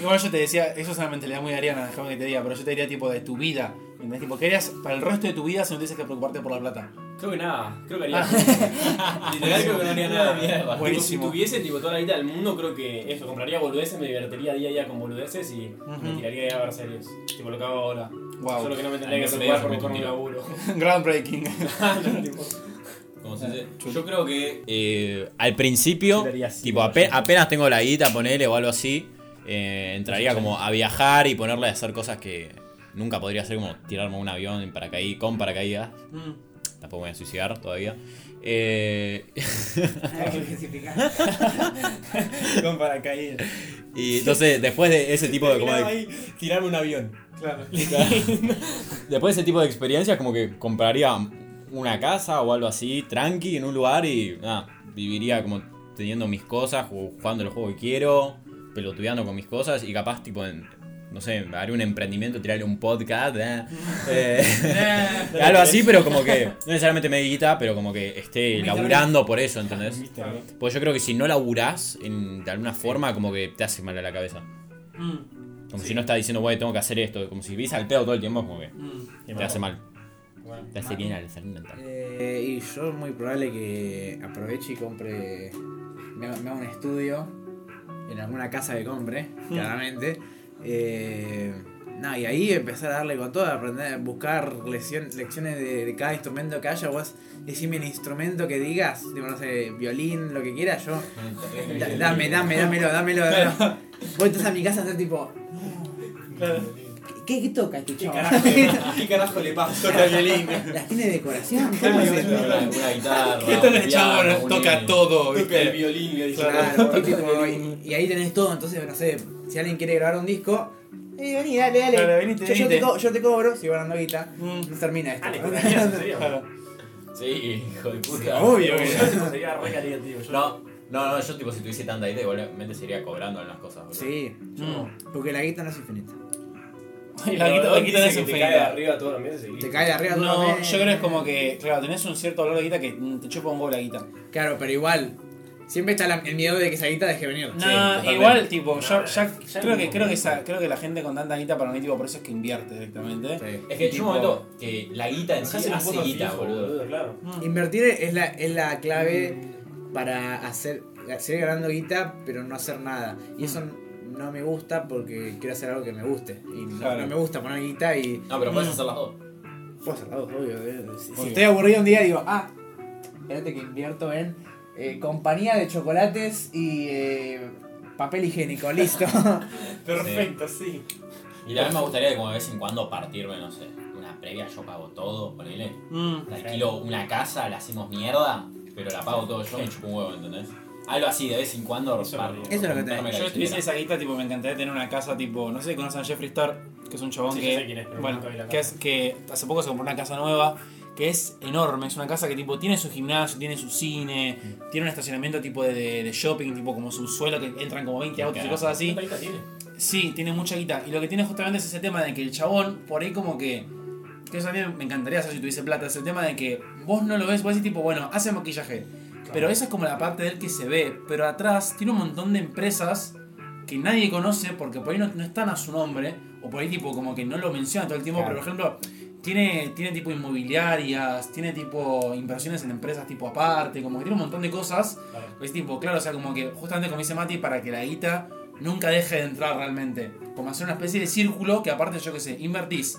D: Igual yo te decía, eso es una mentalidad muy ariana, déjame que te diga, pero yo te diría tipo de tu vida. ¿Entendés? Tipo, ¿qué harías para el resto de tu vida si no tienes que preocuparte por la plata?
F: Creo que nada, creo que haría. Literal, creo que no haría nada.
E: Mierda.
F: Tipo,
D: Buenísimo.
F: Si tuviese tipo, toda la vida del mundo, creo que eso, compraría boludeces, me divertiría día a día con boludeces y me tiraría a ver series. Tipo lo que hago ahora.
D: Wow.
F: Solo que no me tendría
E: Al
F: que
E: menos
F: preocupar por
E: me
F: buscar un
E: tiro.
F: laburo. Ah,
D: Groundbreaking.
F: Tipo,
E: Como se dice,
D: Chul.
E: Yo creo que.
B: Eh, al principio,
F: Ah, Yo daría así,
B: tipo,
F: como
B: ape-
F: yo.
B: apenas tengo la guita, ponele o algo así, eh, entraría como a viajar y ponerle a hacer cosas que nunca podría hacer, como tirarme a un avión en paracaí- con paracaídas.
F: Mm.
B: Tampoco me voy a suicidar todavía. Eh,
E: Hay que justificar.
F: Con paracaídas.
B: y entonces, después de ese tipo de, como de-
F: tirarme un avión. Claro.
B: después de ese tipo de experiencias, como que compraría una casa o algo así, tranqui, en un lugar y nada, viviría como teniendo mis cosas, jug- jugando el juego que quiero, pelotudeando con mis cosas y capaz tipo en- no sé, haré un emprendimiento, tirarle un podcast, eh, eh, algo así, pero como que, no necesariamente me guita, pero como que esté laburando por eso, ¿entendés? Porque yo creo que si no laburás en- de alguna forma, como que te hace mal a la cabeza. Como si no estás diciendo, güey, tengo que hacer esto. Como si vivís al pedo todo el tiempo, como que te hace mal. Te hace bien al salud mental.
G: Eh, y yo es muy probable que aproveche y compre. Me haga, me haga un estudio en alguna casa que compre,
E: Hmm.
G: claramente. Eh, nada, y ahí empezar a darle con todo, aprender a buscar lección- lecciones de, de cada instrumento que haya. Vos decime el instrumento que digas, tipo, no sé, violín, lo que quieras, yo. da- dame, dame, dámelo, dámelo, dámelo. Vos estás a mi casa a hacer tipo. "No, ¿Qué, qué toca este
F: ¿Qué
G: chaval?
F: carajo, ¿Qué carajo le pasa? Toca violín.
G: ¿Las tiene decoración? ¿Cómo es esto?
E: Una una guitarra.
D: Esto es
E: un
D: el chavo,
E: piano, un
D: toca
E: violín.
D: todo,
F: Toca el
D: ¿viste?
F: violín, le dice.
G: Claro, porque como- y, y ahí tenés todo, entonces, no sé, si alguien quiere grabar un disco, eh, vení, dale, dale.
D: Claro, venite,
G: yo, yo te
D: venite.
G: co- yo te cobro, sigo ganando guita.
D: Mm.
G: No termina esto.
F: Dale, ¿cómo sería? ¿Sería?
E: Sí, hijo de puta.
G: Obvio,
F: Yo Sería re caliente, yo.
E: No, no, no, yo tipo si tuviese tanta idea, igualmente seguiría cobrando algunas cosas, boludo.
G: Sí,
D: Mm.
G: porque la guita no es infinita.
D: Y la guita, la guita no es
F: que te
D: infinita.
F: cae de arriba todos los meses y
G: Te cae de arriba todo
D: No,
G: el mes.
D: yo creo que es como que, claro, tenés un cierto valor de guita que mm, te chupa un huevo la guita.
G: Claro, pero igual, siempre está la- el miedo de que esa guita deje venir.
D: No,
E: totalmente.
D: igual, tipo, yo
F: No,
D: ya,
F: ya
D: creo,
F: no.
D: que, creo, que esa- creo que la gente con tanta guita para mí, tipo, por eso es que invierte directamente.
E: Es que llega un momento que la guita en sí
F: Dejáselo un
E: hace
F: poco
E: guita,
F: fijo,
E: boludo.
F: Claro.
G: Invertir es la, es la clave para hacer, seguir ganando guita, pero no hacer nada. Y eso no me gusta porque quiero hacer algo que me guste. Y no,
D: Claro.
G: no me gusta poner guita y
E: No, pero puedes hacer las dos.
G: Puedo hacer las dos, obvio. eh. Si, si
D: Obvio.
G: estoy aburrido un día, digo, ah, espérate que invierto en eh, compañía de chocolates y eh, papel higiénico, listo.
F: Perfecto, sí.
E: Y también me gustaría de como de vez en cuando partirme, no sé, una previa, yo pago todo, ponele.
D: Mm.
E: Te alquilo una casa, la hacemos mierda, pero la pago todo yo, me chupo un huevo, ¿entendés? Algo así de vez en cuando.
F: Eso es
E: par-
F: lo que-
G: eso es lo que te-
E: romperme la
D: Yo si tuviese
E: billetera.
D: esa guita, tipo, me encantaría tener una casa, tipo, no sé si conocen a Jeffree Star, que es un chabón
F: Sí,
D: que,
F: yo sé quién es, pero
D: bueno,
F: nunca vi la
D: que,
F: casa.
D: es- que hace poco se compró una casa nueva, que es enorme, es una casa que, tipo, tiene su gimnasio, tiene su cine, tiene un estacionamiento, tipo, de, de- de shopping, tipo, como su suelo, que entran como 20 autos y
E: carajo.
D: cosas así.
F: ¿Cuánta guita tiene?
D: Sí, tiene mucha guita. Y lo que tiene justamente es ese tema de que el chabón, por ahí como que. Que eso a mí me encantaría hacer si tuviese plata. Es el tema de que vos no lo ves, vos decís tipo, bueno, hace maquillaje. Pero esa es como la parte de él que se ve. Pero atrás tiene un montón de empresas que nadie conoce porque por ahí no, no están a su nombre. O por ahí tipo como que no lo mencionan todo el tiempo. Pero por ejemplo, tiene, tiene tipo inmobiliarias, tiene tipo inversiones en empresas tipo aparte. Como que tiene un montón de cosas. Es tipo, claro, o sea, como que justamente como dice Mati, para que la guita nunca deje de entrar realmente. Como hacer una especie de círculo que aparte, yo qué sé, invertís.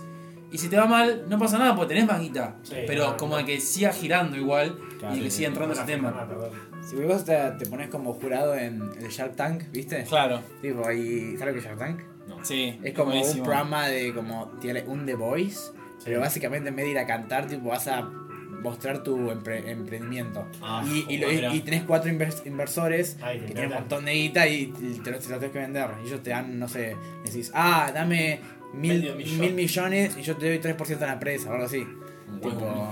D: Y si te va mal, no pasa nada porque tenés más guita.
F: Sí,
D: pero
F: claro,
D: como
F: claro.
D: que siga girando igual y que siga entrando ese tema.
G: si vos te, te pones como jurado en el Shark Tank, ¿viste?
D: Claro,
G: Tipo, y, ¿sabes lo que es Shark Tank?
D: sí.
G: Es como
D: buenísimo.
G: un programa de como tiene un The Voice, pero básicamente en vez de ir a cantar, tipo, vas a mostrar tu empre- emprendimiento.
E: Ah,
G: y, y, lo-
E: joder.
G: y tenés cuatro invers- inversores
F: Ay, te
G: que tienen un
F: encantan.
G: montón de guita y y te los te los tenés que vender. Y ellos te dan, no sé, decís, ah, dame mil,
F: Medio millón.
G: mil millones y yo te doy 3% de la empresa o algo así.
E: Un
G: Tipo,
E: huevo.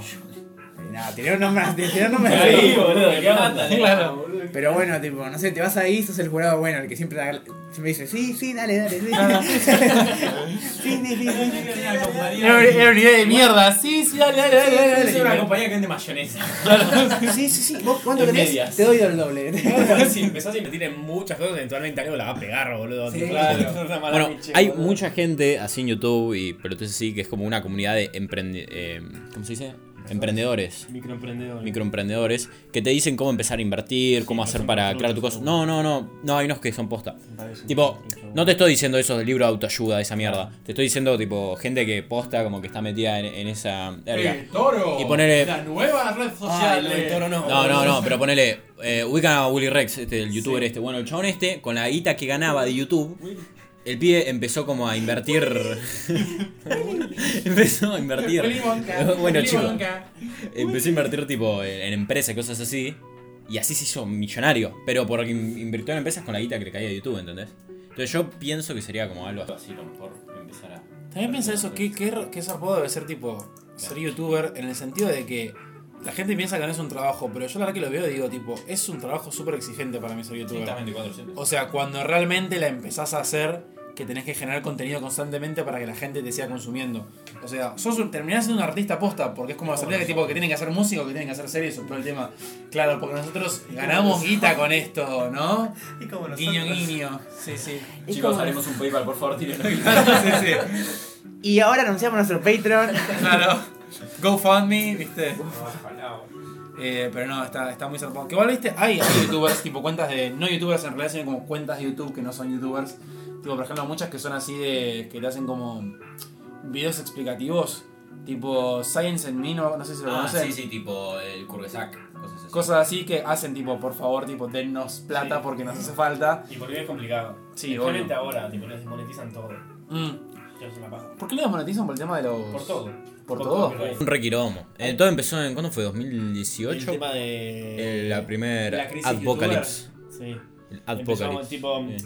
G: No, tiré un nombre, tiré un nombre
H: Ahí,
G: así.
H: boludo, ¿qué onda?
F: ¿eh?
E: Dale.
H: Claro, boludo.
G: Pero bueno, tipo, no sé, te vas ahí, sos el jurado bueno, el que siempre, da- siempre dice, sí, sí, dale, dale, sí. sí, sí, sí, sí, sí, sí, dale, dale.
D: Era una- era una idea de mierda. Sí, sí, dale, dale, dale, dale,
E: Es una
D: dale.
E: compañía que vende mayonesa.
G: Sí, sí, sí, ¿Vos cuánto
E: En
G: querés?
E: medias.
G: Te doy el doble.
F: si empezás a invertir en muchas cosas, eventualmente algo la va a pegar, boludo.
G: Sí.
F: tipo,
G: Claro.
F: es una mala
B: Bueno,
F: leche,
B: hay
F: boludo.
B: mucha gente así en YouTube y pero entonces sí que es como una comunidad de emprendi eh, ¿cómo se dice? emprendedores,
H: Microemprendedor.
B: microemprendedores que te dicen cómo empezar a invertir, cómo
H: que
B: hacer
H: son
B: para
H: frutos,
B: crear tu cosa. No,
H: seguro.
B: no, no, no hay unos que son posta.
H: Parece un
B: Tipo,
H: pinche
B: no te estoy diciendo eso del libro de autoayuda, esa mierda. Te estoy diciendo tipo gente que posta como que está metida en, en esa verga.
A: toro!
B: Y ponele-
A: La nueva red
F: Ah,
A: social.
F: lo del
A: eh.
F: toro no.
B: No, no, no, pero ponele, eh, ubican a Willy Rex, este, el youtuber este. Bueno, el chabón este, con la guita que ganaba de YouTube, el pibe empezó como a invertir. empezó a invertir.
A: Willy Wonka,
B: bueno,
A: Willy
B: chicos,
A: Wonka.
B: empezó a invertir tipo en, en empresas y cosas así. Y así se hizo millonario, pero porque in- invirtió en empresas con la guita que le caía de YouTube, ¿entendés? Entonces yo pienso que sería como algo así.
E: Así lo mejor empezar a.
D: También piensa eso, qué, qué, qué zarpado debe ser tipo ser youtuber en el sentido de que la gente piensa que no es un trabajo, pero yo la verdad que lo veo y digo tipo, es un trabajo súper exigente para mí ser
E: Sí,
D: youtuber.
E: estás 24 siempre.
D: O sea, cuando realmente la empezás a hacer, que tenés que generar contenido constantemente para que la gente te siga consumiendo. O sea, sos un- terminás siendo un artista posta, porque es como las artistas que, tipo, que tienen que hacer música o que tienen que hacer series, pero el tema. Claro, porque nosotros ganamos guita con esto, ¿no?
H: Y como
D: Guiño, guiño. Sí, sí.
E: Chicos, haremos un PayPal, por favor, tírenlo.
G: Y ahora anunciamos nuestro Patreon.
D: Claro. GoFundMe, ¿viste? Eh, pero no, está, está muy zarpado. Que igual, viste, hay, hay youtubers, tipo cuentas de. No youtubers en realidad, sino como cuentas de YouTube que no son youtubers. Tipo, por ejemplo, muchas que son así de. que te hacen como. videos explicativos. Tipo, Science and Me, no, no sé si lo
E: Ah,
D: conocen.
E: sí, sí, tipo el Kurgesak. Cosas así.
D: Cosas así que hacen, tipo, por favor, tipo, dennos plata
H: Sí.
D: porque nos hace falta.
H: Y porque es complicado.
D: Sí,
H: Especialmente ahora, tipo, les desmonetizan todo.
D: Mm.
H: Ya es una paja.
D: ¿Por qué lo desmonetizan por el tema de los.
H: Por todo.
D: ¿Por todo?
H: copyright.
B: Un requiromo. Eh, todo empezó en. ¿Cuándo fue?
H: El
B: ¿2018?
H: tema de.
B: Eh, la primera.
H: la crisis
B: Apocalipsis.
H: Sí.
B: El
H: Empezamos,
B: Adpocalypse.
H: tipo.
B: Sí.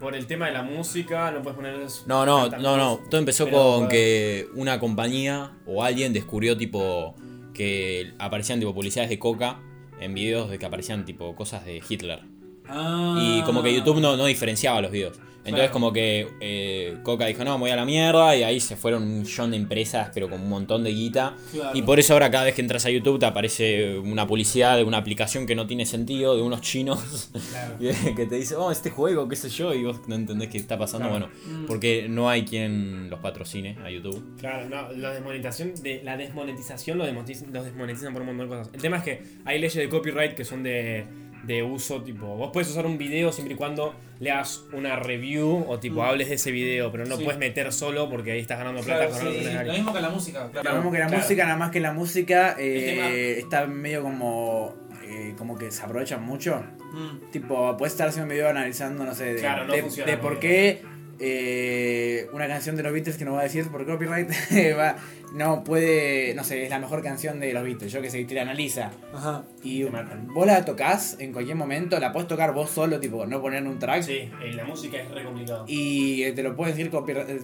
H: Por el tema de la música, no puedes poner eso.
B: No, no,
H: Tantas
B: no, no.
H: cosas.
B: Todo empezó
H: Pero,
B: con
H: claro.
B: que una compañía o alguien descubrió tipo que aparecían tipo publicidades de coca en videos de que aparecían tipo cosas de Hitler.
D: Ah.
B: Y como que YouTube no, no diferenciaba los videos. Entonces
D: Claro.
B: como que eh, Coca dijo, no, me voy a la mierda y ahí se fueron un millón de empresas, pero con un montón de guita.
D: Claro.
B: Y por eso ahora cada vez que entras a YouTube te aparece una publicidad de una aplicación que no tiene sentido, de unos chinos que que te dice, oh, este juego, qué sé yo, y vos no entendés qué está pasando.
H: Claro.
D: Mm.
B: Bueno, porque no hay quien los patrocine a YouTube.
F: Claro, no, la desmonetización, de, la desmonetización los, desmonetiz- los desmonetizan por un montón de cosas. El tema es que hay leyes de copyright que son de, de uso, tipo, vos puedes usar un video siempre y cuando le hagas una review o
H: Mm.
F: tipo hables de ese video, pero no
D: Sí.
F: puedes meter solo porque ahí estás ganando plata
D: Claro,
F: con
D: sí,
F: algo que no es
D: lo
F: legal.
D: mismo que la música, claro.
G: Lo mismo que la
F: Claro.
G: música, nada más que la música eh,
D: tema-
G: está medio como. eh, como que se aprovechan mucho.
D: Mm.
G: Tipo, puedes estar haciendo un video analizando, no sé, de,
F: Claro, no
G: de-
F: funciona
G: de
F: muy
G: por
F: bien.
G: qué eh, una canción de los Beatles que no va a decir por copyright va- no puede, no sé, es la mejor canción de los Beatles, yo que sé, y te la analiza.
D: Ajá.
G: Y
H: Te matan.
G: vos la tocas en cualquier momento, la podés tocar vos solo, tipo, no poner un track.
H: Sí, eh, la música es re complicado.
G: Y eh, te lo pueden decir copyright, eh,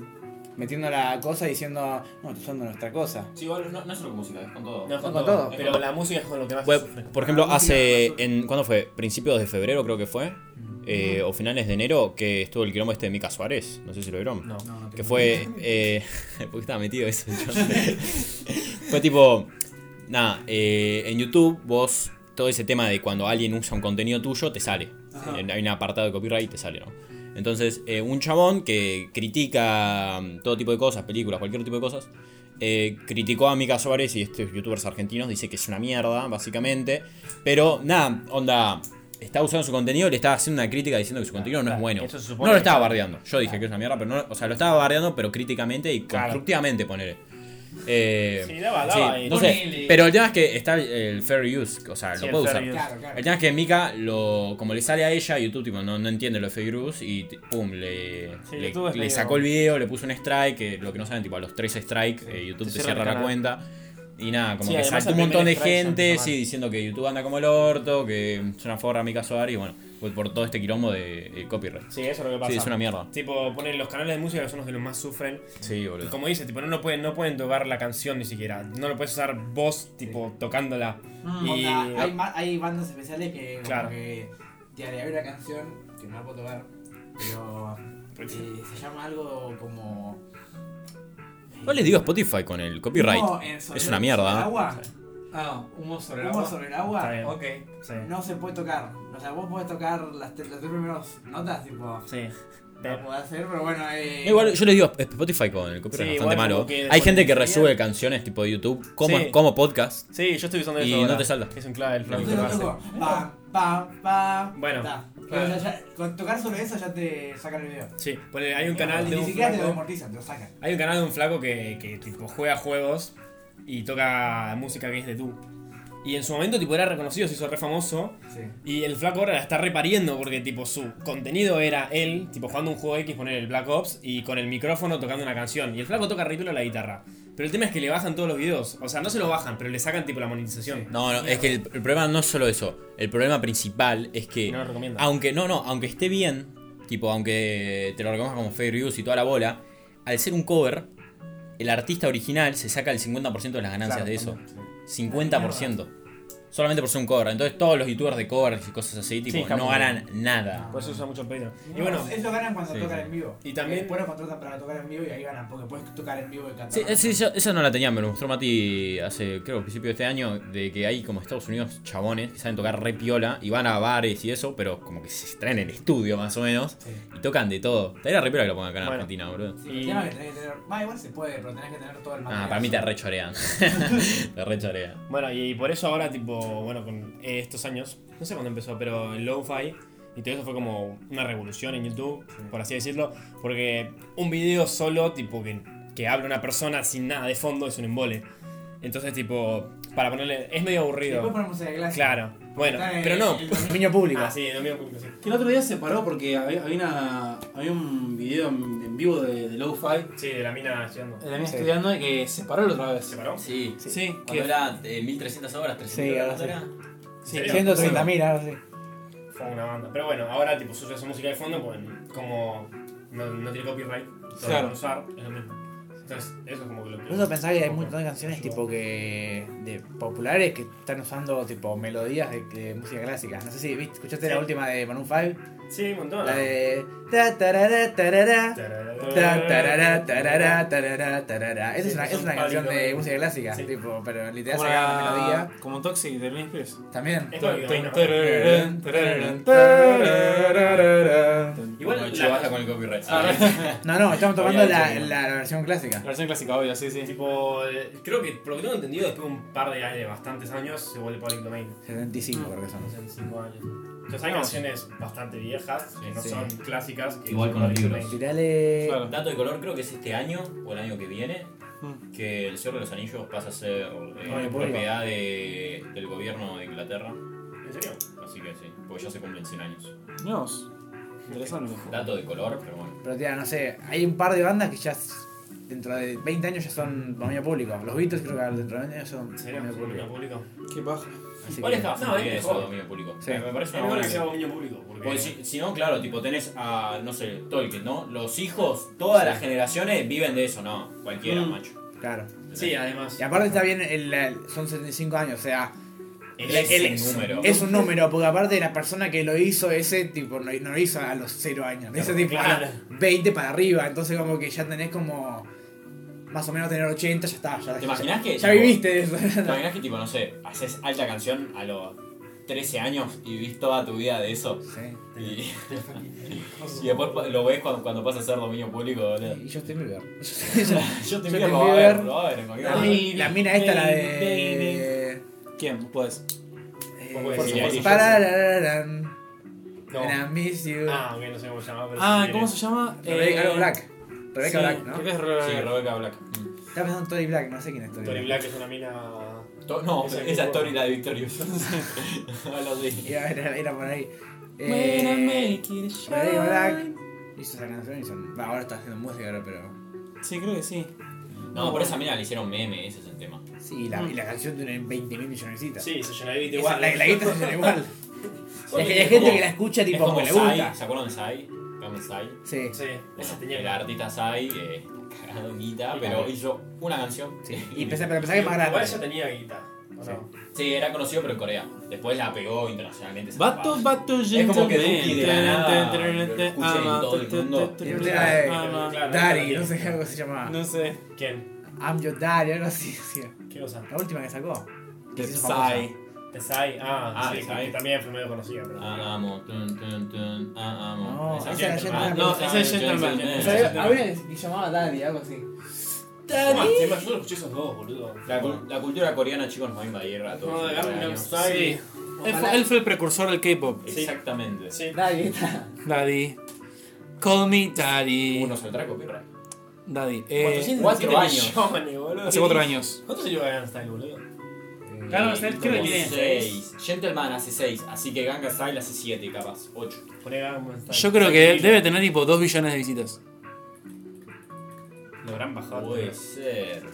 G: metiendo la cosa y diciendo, no, estás usando nuestra cosa.
E: Sí, igual no, no es solo con música, es con todo.
H: No,
G: con todo.
H: Pero la música es con lo que más se
B: Fue,
H: sufre.
B: por ejemplo, hace, en, ¿cuándo fue? Principios de febrero creo que fue, eh, o finales de enero, que estuvo el quilombo este de Mica Suárez, no sé si lo vieron.
H: No.
B: Que fue. Eh, ¿Por qué estaba metido eso? Yo? fue tipo. Nada, eh, en YouTube vos. Todo ese tema de cuando alguien usa un contenido tuyo te sale. En- Hay un apartado de copyright y te sale, ¿no? Entonces, eh, un chabón que critica mm, todo tipo de cosas, películas, cualquier tipo de cosas, eh, criticó a Mika Suárez y estos youtubers argentinos, dice que es una mierda, básicamente. Pero, nada, onda, está usando su contenido, le está haciendo una crítica diciendo que su contenido no es bueno.
F: eso se supone
B: No lo
F: que-
B: estaba bardeando. Yo dije que es una mierda, pero no. O sea, lo estaba bardeando, pero críticamente y
F: Claro.
B: constructivamente, ponele. Eh,
H: Sí, daba, daba ahí.
B: no sé,
D: Ponele.
B: pero el tema es que está el- el fair use, o sea,
H: Sí,
B: lo
H: el
B: puede usar.
H: fair use.
D: Claro, claro.
B: El tema es que Mika, lo, como le sale a ella, YouTube tipo, no, no entiende lo de Fake News y t- pum, le,
H: Sí,
B: le,
H: YouTube es
B: le
H: medio-
B: sacó el video, le puso un strike, que lo que no saben, tipo a los tres strikes eh, YouTube
H: te
B: te
H: cierra el
B: cierra la
H: canal.
B: cuenta. Y nada, como
H: Sí,
B: que
H: además
B: saltó
H: el
B: un montón
H: primer
B: de
H: strike ya
B: gente
H: empieza mal.
B: sí, diciendo que YouTube anda como el orto, que es una forra Mika Soares, y bueno. por, por todo este quilombo de, eh, copyright.
F: Sí, eso es lo que pasa.
B: Sí, es una mierda.
F: Tipo, ponen los canales de música que son los que los más sufren.
B: Sí,
F: Y
B: boludo.
F: como dice, tipo, no, lo pueden, no pueden tocar la canción ni siquiera. No lo puedes usar vos, tipo, tocándola. y
G: Onda, hay, ma- hay bandas especiales que como
F: Claro.
G: que te haré una canción que no la puedo tocar, pero eh, se llama algo como...
B: No les digo Spotify con el copyright.
G: Humo en sobre-
B: Es una mierda,
G: sobre
B: ¿eh?
G: agua,
I: Ah, humo sobre el
G: humo
I: agua.
G: sobre el agua,
F: Está bien.
I: Ok.
F: sí.
G: no se puede tocar. O sea, vos podés tocar las, te- las tres primeras notas, tipo...
F: Sí.
G: Lo podés hacer, pero bueno... Eh,
B: Igual yo les digo Spotify con el
F: Sí,
B: copyright es
F: igual
B: bastante malo.
F: como que
B: Hay
F: después
B: gente que
F: enseguida-
B: resube canciones tipo de YouTube como,
F: Sí.
B: como podcast.
F: Sí, yo estoy usando
B: Y
F: eso.
B: no
F: ahora.
B: te salta.
F: Es un clave el
G: no
F: flow
G: te
F: que
G: lo
F: hace.
G: toco. Pa, pa, pa,
F: Bueno,
G: ta.
F: claro.
G: O sea, ya- con tocar sobre eso ya te sacan el video.
F: Sí, ponele, hay un canal de
G: ni
F: un
G: siquiera te lo
F: flaco.
G: amortizan, te lo sacan.
F: Hay un canal de un flaco que, que tipo juega juegos y toca música que es de tú. Y en su momento tipo era reconocido, se hizo re famoso.
G: Sí.
F: Y el flaco ahora la está repariendo porque tipo su contenido era él, tipo jugando un juego X, poner el Black Ops y con el micrófono tocando una canción. Y el flaco toca ridículo la guitarra. Pero el tema es que le bajan todos los videos. O sea, no se lo bajan, pero le sacan tipo la monetización.
B: No, no, es que el, el problema no es solo eso. El problema principal es que.
F: No lo recomiendo.
B: Aunque, no, no, aunque esté bien, tipo, aunque te lo reconozcas como Fair Use y toda la bola, al ser un cover, el artista original se saca el 50% de las ganancias de eso. 50%. Solamente por ser un cover. Entonces todos los youtubers de covers y cosas así, tipo,
F: Sí, está
B: no
F: muy
B: ganan nada.
F: Por eso usa mucho el Patreon. Y
G: No, eh.
F: bueno,
G: ellos ganan cuando
B: sí,
G: tocan
B: sí.
G: en vivo.
F: Y también-
G: Después los contratan para tocar en vivo y ahí ganan, porque puedes tocar en vivo y cantar.
B: Sí, eh, sí, yo- esa no la tenía, me lo mostró Mati hace, creo, al principio de este año, de que hay como Estados Unidos chabones que saben tocar re piola y van a bares y eso, pero como que se traen el estudio más o menos
G: Sí.
B: y tocan de todo. Estaría re piola que lo pongan acá en
F: Bueno.
B: Argentina, boludo.
G: Sí,
F: Y-
G: El tema es que tenés que tener. Va, igual se puede, pero tenés que tener todo el material.
B: Ah, para mí te re chorean. te re chorean.
F: bueno, y por eso ahora tipo, bueno, con eh, estos años, no sé cuándo empezó, pero el lo-fi y todo eso fue como una revolución en YouTube, por así decirlo, porque un video solo, tipo, que, que habla una persona sin nada de fondo es un embole. Entonces, tipo, para ponerle, es medio aburrido.
G: Después ponemos en clase.
F: Claro, bueno,
G: Está en-
F: pero no.
G: en El dominio público.
F: Ah, sí, dominio público, sí.
D: Que el otro día se paró porque había, había una, había un video en, en vivo de, de Lo-Fi.
F: Sí, de la mina estudiando.
G: Eh,
D: De la mía estudiando y que se paró la otra vez.
F: ¿Se paró?
H: Sí.
D: Sí,
H: Cuando
D: que
H: era eh, 1300 horas, 300 horas.
G: ahora
H: era?
F: Sí,
G: ahora sí.
F: Fue una banda. Pero bueno, ahora tipo suya su música de fondo, pues como no, no tiene copyright, todo
D: Claro.
F: lo pueden usar, es lo mismo. Entonces, eso es como que lo que.
G: Incluso pensaba que hay un montón de canciones tipo que. de populares que están usando tipo melodías de, de música clásica. No sé si viste, escuchaste
F: Sí.
G: la última de Maroon 5,
F: Sí, un montón.
G: la de. Ta, tarara, tarara, ta, tarara, tarara, tarara, tarara. Esa es
F: Sí,
G: una, es
F: son
G: una canción de
F: pálidos.
G: música clásica,
F: Sí.
G: tipo, pero literal
D: como,
G: se llama la
D: la,
G: melodía.
D: como Toxic de Britney Spears.
G: También.
F: Es lo que- bueno,
D: Tararán, tararán,
F: Este-
G: Tararararara.
D: tararán.
F: Igual
B: Como
F: la-
B: chivaja con el copyright.
G: No, no, estamos tocando
B: Obviamente
G: la,
B: que no.
G: la versión clásica.
D: La versión clásica, obvio, sí, sí.
F: Tipo, eh, creo que por lo que tengo entendido, después de un par de, de bastantes años, se vuelve public domain.
G: 75 creo que son.
F: No sé, en cinco años. Entonces hay canciones bastante viejas, que no
G: Sí.
F: son clásicas. que
H: Igual
F: son
H: con los
F: public
H: libros.
F: domain.
G: Tirale.
D: Claro.
H: Dato de color, creo que es este año o el año que viene que el Señor de los Anillos pasa a ser eh,
G: Oye, por ahí
H: propiedad de- del gobierno de Inglaterra.
F: ¿En serio?
H: Así que sí, porque ya se cumplen 100 años.
D: Dios. Interesante.
H: Dato de color, pero bueno.
G: Pero tía, no sé, hay un par de bandas que ya s- dentro de 20 años ya son dominio público. Los Beatles creo que dentro de 20 años son
F: ¿En serio?
G: dominio
F: ¿Dominio
G: público.
F: público?
D: Qué paja.
G: Así
H: ¿Cuál
G: que-
H: es la
F: No, es
H: de eso,
F: mejor.
H: dominio público?
G: Sí.
H: Me me parece
F: Es
H: una
F: mejor
H: buena
F: que sea
H: idea.
F: dominio público. Porque...
B: Pues
H: Porque si, si no, claro, tipo tenés a, no sé, Tolkien, ¿no? Los hijos, todas las generaciones viven de eso, ¿no? Cualquiera,
D: Mm.
H: macho.
G: Claro.
F: Sí, además.
G: Y aparte está bien, el- el- son 75 años, o sea,
H: Es
G: el-
H: un número.
G: es un número, porque aparte la persona que lo hizo, ese tipo, no, no lo hizo a los 0 años, lo hizo tipo
F: claro.
G: a los 20 para arriba, entonces como que ya tenés como, más o menos tener 80, ya está, ya
H: ¿Te imaginás que,
G: Ya
H: tipo,
G: viviste de eso.
H: ¿Te imaginas que, tipo, no sé, haces alta canción a los 13 años y vivís toda tu vida de eso?
G: Sí.
H: Y, y después pa- lo ves cuando, cuando pasa a ser dominio público, boludo.
G: Y yo estoy muy bien.
H: Yo te
G: Justin
H: miro como a ver,
G: Bieber.
H: lo va a ver en cualquier
G: La,
H: momento.
G: mi- la mina esta, la de...
D: ¿Quién? Pues. Puedes.
G: Eh,
F: Vos podés
G: por
H: decir,
G: supuesto.
H: ahí.
G: Parararararán.
F: No.
G: And I miss you.
F: Ah, ok, no sé cómo se llama. Pero
D: Ah, ¿cómo se llama?
G: Rebecca
D: Eh,
G: Black.
D: sí,
G: Rebecca Black, ¿no?
D: creo que es Rebecca
H: Sí,
D: Black.
H: Rebecca Black. Mm.
G: Estaba pensando en Tori Black, no sé quién es Tori,
F: Tony
G: Black.
F: Black es una mina.
H: To- no,
F: Esa
H: esa,
F: es muy
H: story
F: buena.
H: la de Victorious. Algo así.
G: Iba, Era, era por ahí. Eh, Rebecca Black hizo esa canción ah, y son. Va, ahora está haciendo música, ahora, pero.
D: Sí, creo que sí.
H: No, por esa mina le hicieron meme, ese es el tema.
G: Mm. Sí, y la, y la canción tiene 20 mil millones de citas.
F: Sí, se llena de
G: Esa- la, la guita se llena igual.
E: porque
G: Es que hay
E: es
G: gente
E: como-
G: que la escucha
E: Es
G: tipo
E: como
G: porque le
E: Sai,
G: gusta.
E: ¿se acuerdan de Sai? Carmen Sai.
G: Sí.
H: Sí, esa
E: Bueno,
H: tenía
E: el
H: que
E: artista Sai, eh, está cagado en guita, pero hizo una canción.
G: Y pensé, pero pensá que es
F: Ah,
G: más
H: Igual
G: grande.
H: ella tenía guita. ¿o no?
E: Sí, era conocido pero en Corea. Después la pegó internacionalmente. se
A: Bato,
E: tapaba.
A: bato,
E: Es como que Duki de la nada lo
A: gentleman.
E: escucha en todo el mundo.
G: Y eh, usted era de-
A: Ah,
H: Claro,
G: Daddy,
H: no
G: no sé
H: tenía.
G: qué algo se llamaba.
A: No sé.
H: ¿Quién?
G: I'm your daddy, algo así. sí.
H: ¿Qué cosa?
G: La última que sacó. Que se hizo famosa.
A: Sai.
H: Tesai. Ah,
E: Ah,
H: sí,
E: Tesai.
H: que también fue medio conocida. Pero...
E: Ah, amo. tun, tun, tun, ah, amo.
G: No, esa era
E: Gentleman.
G: Gentleman.
E: No, esa es
A: Esa es
E: Gentleman.
A: Gentleman.
G: O
E: Esa es
G: sea,
E: Gentleman.
G: había que llamaba daddy, algo así.
H: Toma, encima yo lo escuché esos dos, boludo.
E: La, cul- la cultura coreana, chicos, nos va a invadir a todos.
H: No, de
E: en un par de
H: Gangnam
E: años.
H: Style.
D: Él fue, él fue el precursor del K-pop.
E: Exactamente.
H: Sí.
G: Daddy, está.
D: Daddy. Call me Daddy.
E: Uno se lo trae copyright.
D: Daddy. Eh,
E: 4 años.
H: millones, boludo.
D: hace cuatro años.
H: ¿Cuánto se lleva Gangnam Style, boludo?
F: Eh,
E: Gangnam
H: Style
E: Como
H: creo que tiene
E: seis. Gentleman hace 6, así que Gangnam Style hace 7 capaz, 8.
H: Poné Gangnam Style.
D: Yo creo que debe tener tipo 2 billones de visitas.
H: Lo habrán bajado.
E: Puede ser.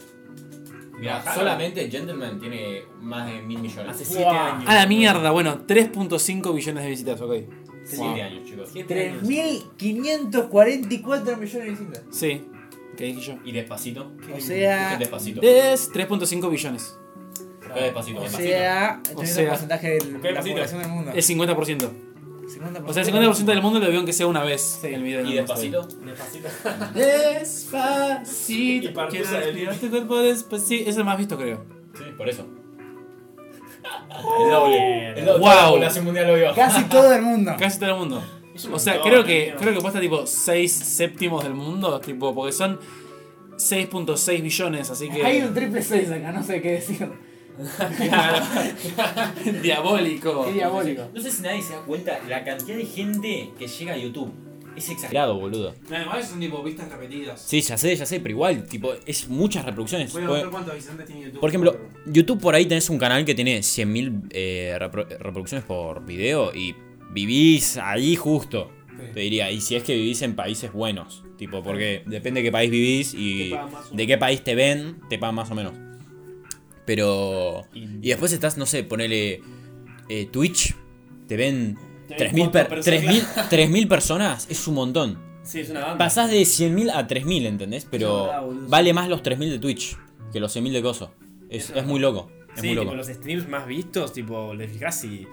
E: Mira,
H: Bajaron.
E: solamente Gentleman tiene más de mil millones.
H: Hace
E: Hace
H: 7 años.
D: A la mierda, bueno, 3.5 billones de visitas, ok.
E: 7 años, chicos.
G: 3.544 millones de visitas.
D: Sí, ¿qué dije yo?
E: Y despacito.
G: O sea,
E: Dicen despacito.
D: Es 3.5 billones.
E: Buscá despacito.
G: o
E: despacito.
G: sea, tenés
D: sea.
G: el porcentaje de la
E: pasito.
G: población del mundo.
D: Es 50%.
G: 50%.
D: O sea, el 50% del mundo lo vio aunque sea una vez en el video.
E: y
D: de Gangnam Style.
E: despacito.
H: Despacito.
D: Despacito.
H: Y Partusa
D: quiero
H: del
D: respirar tu cuerpo despacito. Es el más visto, creo.
E: Sí, por eso. El doble. El doble.
D: Wow.
E: La población mundial lo vio.
G: Casi todo el mundo.
D: Casi todo el mundo.
H: Es un
D: O sea,
H: montón,
D: creo que,
H: amigo.
D: creo que posta tipo 6 séptimos del mundo, tipo, porque son 6.6 billones, así
G: Hay
D: que
G: un triple 6 acá, no sé qué decir.
D: diabólico.
G: Qué diabólico.
E: No sé si nadie se da cuenta la cantidad de gente que llega a YouTube. Es exagerado, boludo.
A: Además son tipo vistas repetidas.
B: Sí, ya sé, ya sé, pero igual, tipo, es muchas reproducciones.
A: Voy a
B: Puede-
A: ver cuántos visitantes tiene YouTube.
B: Por ejemplo, YouTube por ahí tenés un canal que tiene 100.000 eh, repro- reproducciones por video y vivís ahí justo.
A: Sí.
B: Te diría, y si es que vivís en países buenos, tipo, porque depende de qué país vivís y
H: Te pagan más o
B: de qué país te ven, te pagan más o menos. Pero... Y después estás, no sé, ponele eh, Twitch, te ven
H: Te ven
B: 3.000 per-
H: cuatro personas.
B: 3.000 3.000 personas, es un montón.
H: Sí, es una banda.
B: Pasás de 100.000 a 3.000, ¿entendés? Pero
H: ah,
B: vale más los 3.000 de Twitch que los 100.000 de Coso. Es, es muy loco. Es
H: Sí,
B: muy
H: tipo,
B: loco.
H: los streams más vistos, tipo, le fijas y.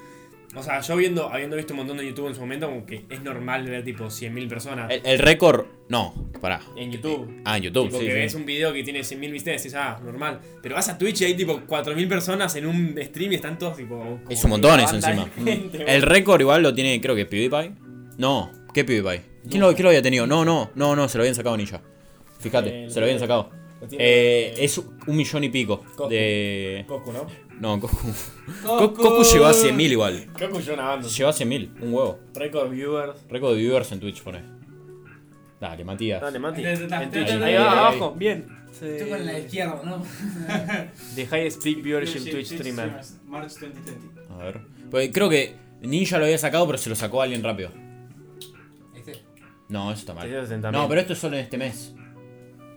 H: O sea, yo viendo, habiendo visto un montón de YouTube en su momento, como que es normal ver tipo 100.000 personas
B: El, el récord. No, pará.
H: en YouTube.
B: Ah, en YouTube,
H: tipo,
B: sí.
H: que
B: sí.
H: ves un video que tiene 100.000 visitas y decís, ah, normal. Pero vas a Twitch y hay tipo 4.000 personas en un stream y están todos tipo. como
B: Es un montón
H: una
B: eso
H: banda de
B: encima.
H: gente, boludo.
B: El récord igual lo tiene, creo que PewDiePie. No, ¿qué PewDiePie? ¿Quién lo, quién lo había tenido? No, no, no, no, se lo habían sacado Ninja. Fíjate,
H: El-
B: se lo habían sacado.
H: Eh, Lo tiene-
B: Eh, es un millón y pico
H: Coscu.
B: de.
H: Goku, ¿no?
B: No, Coscu. Co- Coscu llegó a 100.000 igual.
H: Goku yo una banda.
B: Llegó a 100.000, un huevo.
H: Record viewers.
B: Récord de viewers en Twitch, pone. Dale, Matías.
H: Dale, Mati.
A: Ahí está,
H: En Twitch.
A: ahí está,
H: Ahí
B: ahí
H: va,
B: está.
H: abajo. Bien.
G: Estoy con la izquierda, ¿no?
H: The highest peak viewership Twitch streamer.
A: streamers, March 2020.
B: A ver. Pues creo que Ninja lo había sacado, pero se lo sacó alguien rápido.
G: Este.
B: No, eso está mal.
H: 360.000.
B: No, pero esto es solo en este mes.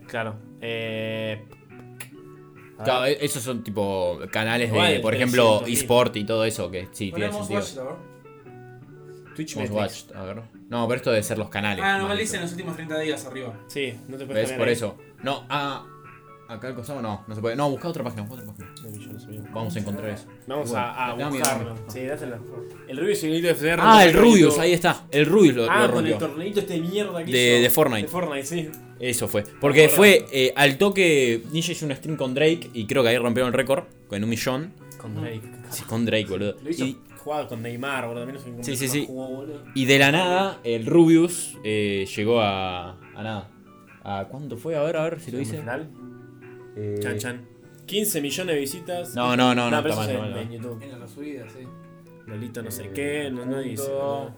H: Claro. Eh. Ah.
B: Claro, e- esos son tipo canales de,
H: Igual,
B: por ejemplo,
H: 300.000.
B: eSport y todo eso, que sí, tiene
A: Ponemos
B: sentido.
A: Watch Dogs.
H: Twitch
B: Most
H: Metrics.
B: watched, a ver. No, pero esto debe ser los canales.
A: Ah,
B: más
A: no,
B: que
A: dice en
B: todo.
A: los últimos 30 días arriba.
H: Sí, no te puedes
B: ¿Ves? Por eso. No, ah, acá al costado no, no se puede. No, busca otra página, busca otra página. Vamos a encontrar eso.
H: Vamos
B: Bueno,
H: a, a
B: dame, dame.
H: buscarlo. Sí, dásela. El Rubius y el grito FDR.
B: Ah, el Rubius, ahí está. El Rubius lo,
H: Ah,
B: lo
H: con el
B: rompió.
H: torneito este de mierda que
B: De-
H: hizo.
B: de Fortnite.
H: De Fortnite, sí.
B: Eso fue. Porque fue eh, al toque. Ninja hizo un stream con Drake y creo que ahí rompieron el récord. Con un millón.
H: Con Drake.
B: Sí, con Drake, boludo.
H: Lo hizo
B: Y,
H: jugado con Neymar, boludo. También no sé cómo
B: Sí,
H: se
B: sí, sí.
H: jugó, boludo.
B: y de la nada, el Rubius eh, llegó a. a nada. ¿A cuánto fue? A ver, a ver si lo dice.
H: Final.
B: Eh,
H: Chan Chan. 15 millones de visitas.
B: No, no, no, no,
H: pero
B: está mal,
H: eso es
B: está mal,
H: en-
B: está
H: en YouTube.
G: En la resubida, sí.
H: Lolito no sé qué, no, no dice. boludo.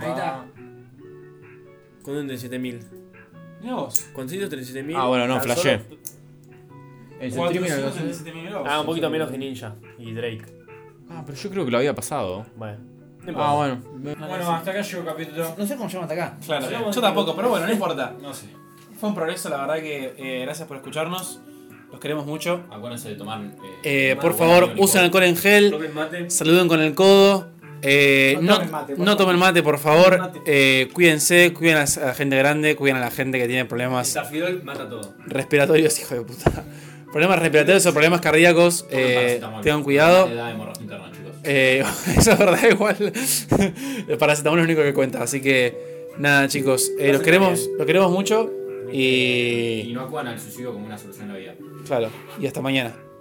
G: Ahí está.
H: Con un 37.000.
A: Mira vos.
H: Con 137.000.
B: Ah, bueno, no,
H: tan
B: flashé.
H: solo-
B: El streaming era-
A: 437.000 euros.
H: Ah, un poquito menos que Ninja y Drake.
B: Ah, pero yo creo que lo había pasado.
H: Bueno. No importa.
B: Ah, bueno.
A: Bueno, hasta acá llegó el capítulo.
G: No sé cómo llegamos hasta acá.
A: Claro, yo tampoco, pero bueno, no importa. No sé. Fue un progreso, la verdad que eh, gracias por escucharnos. Los queremos mucho.
E: Acuérdense de tomar.
D: Eh,
E: tomar
D: por
E: agua,
D: favor,
E: alcohol.
D: usen alcohol en gel,
H: Tomen mate.
D: saluden con el codo, Eh,
J: No
D: no,
J: tomen mate, por
D: no
J: favor.
D: tomen mate, por favor.
J: Mate.
D: Eh, cuídense, cuiden a la gente grande, cuiden a la gente que tiene problemas
F: Tafirol mata todo.
D: respiratorios, hijo de puta. Problemas respiratorios o problemas cardíacos, eh, tengan cuidado.
E: Te da hemorragia interna, chicos.
D: Eh, eso es verdad, igual. el paracetamol es lo único que cuenta. Así que, nada, chicos, eh, los, queremos, los queremos mucho.
E: Y
D: Y.
E: no acudan al suicidio como una solución en la vida.
D: Claro, y hasta mañana.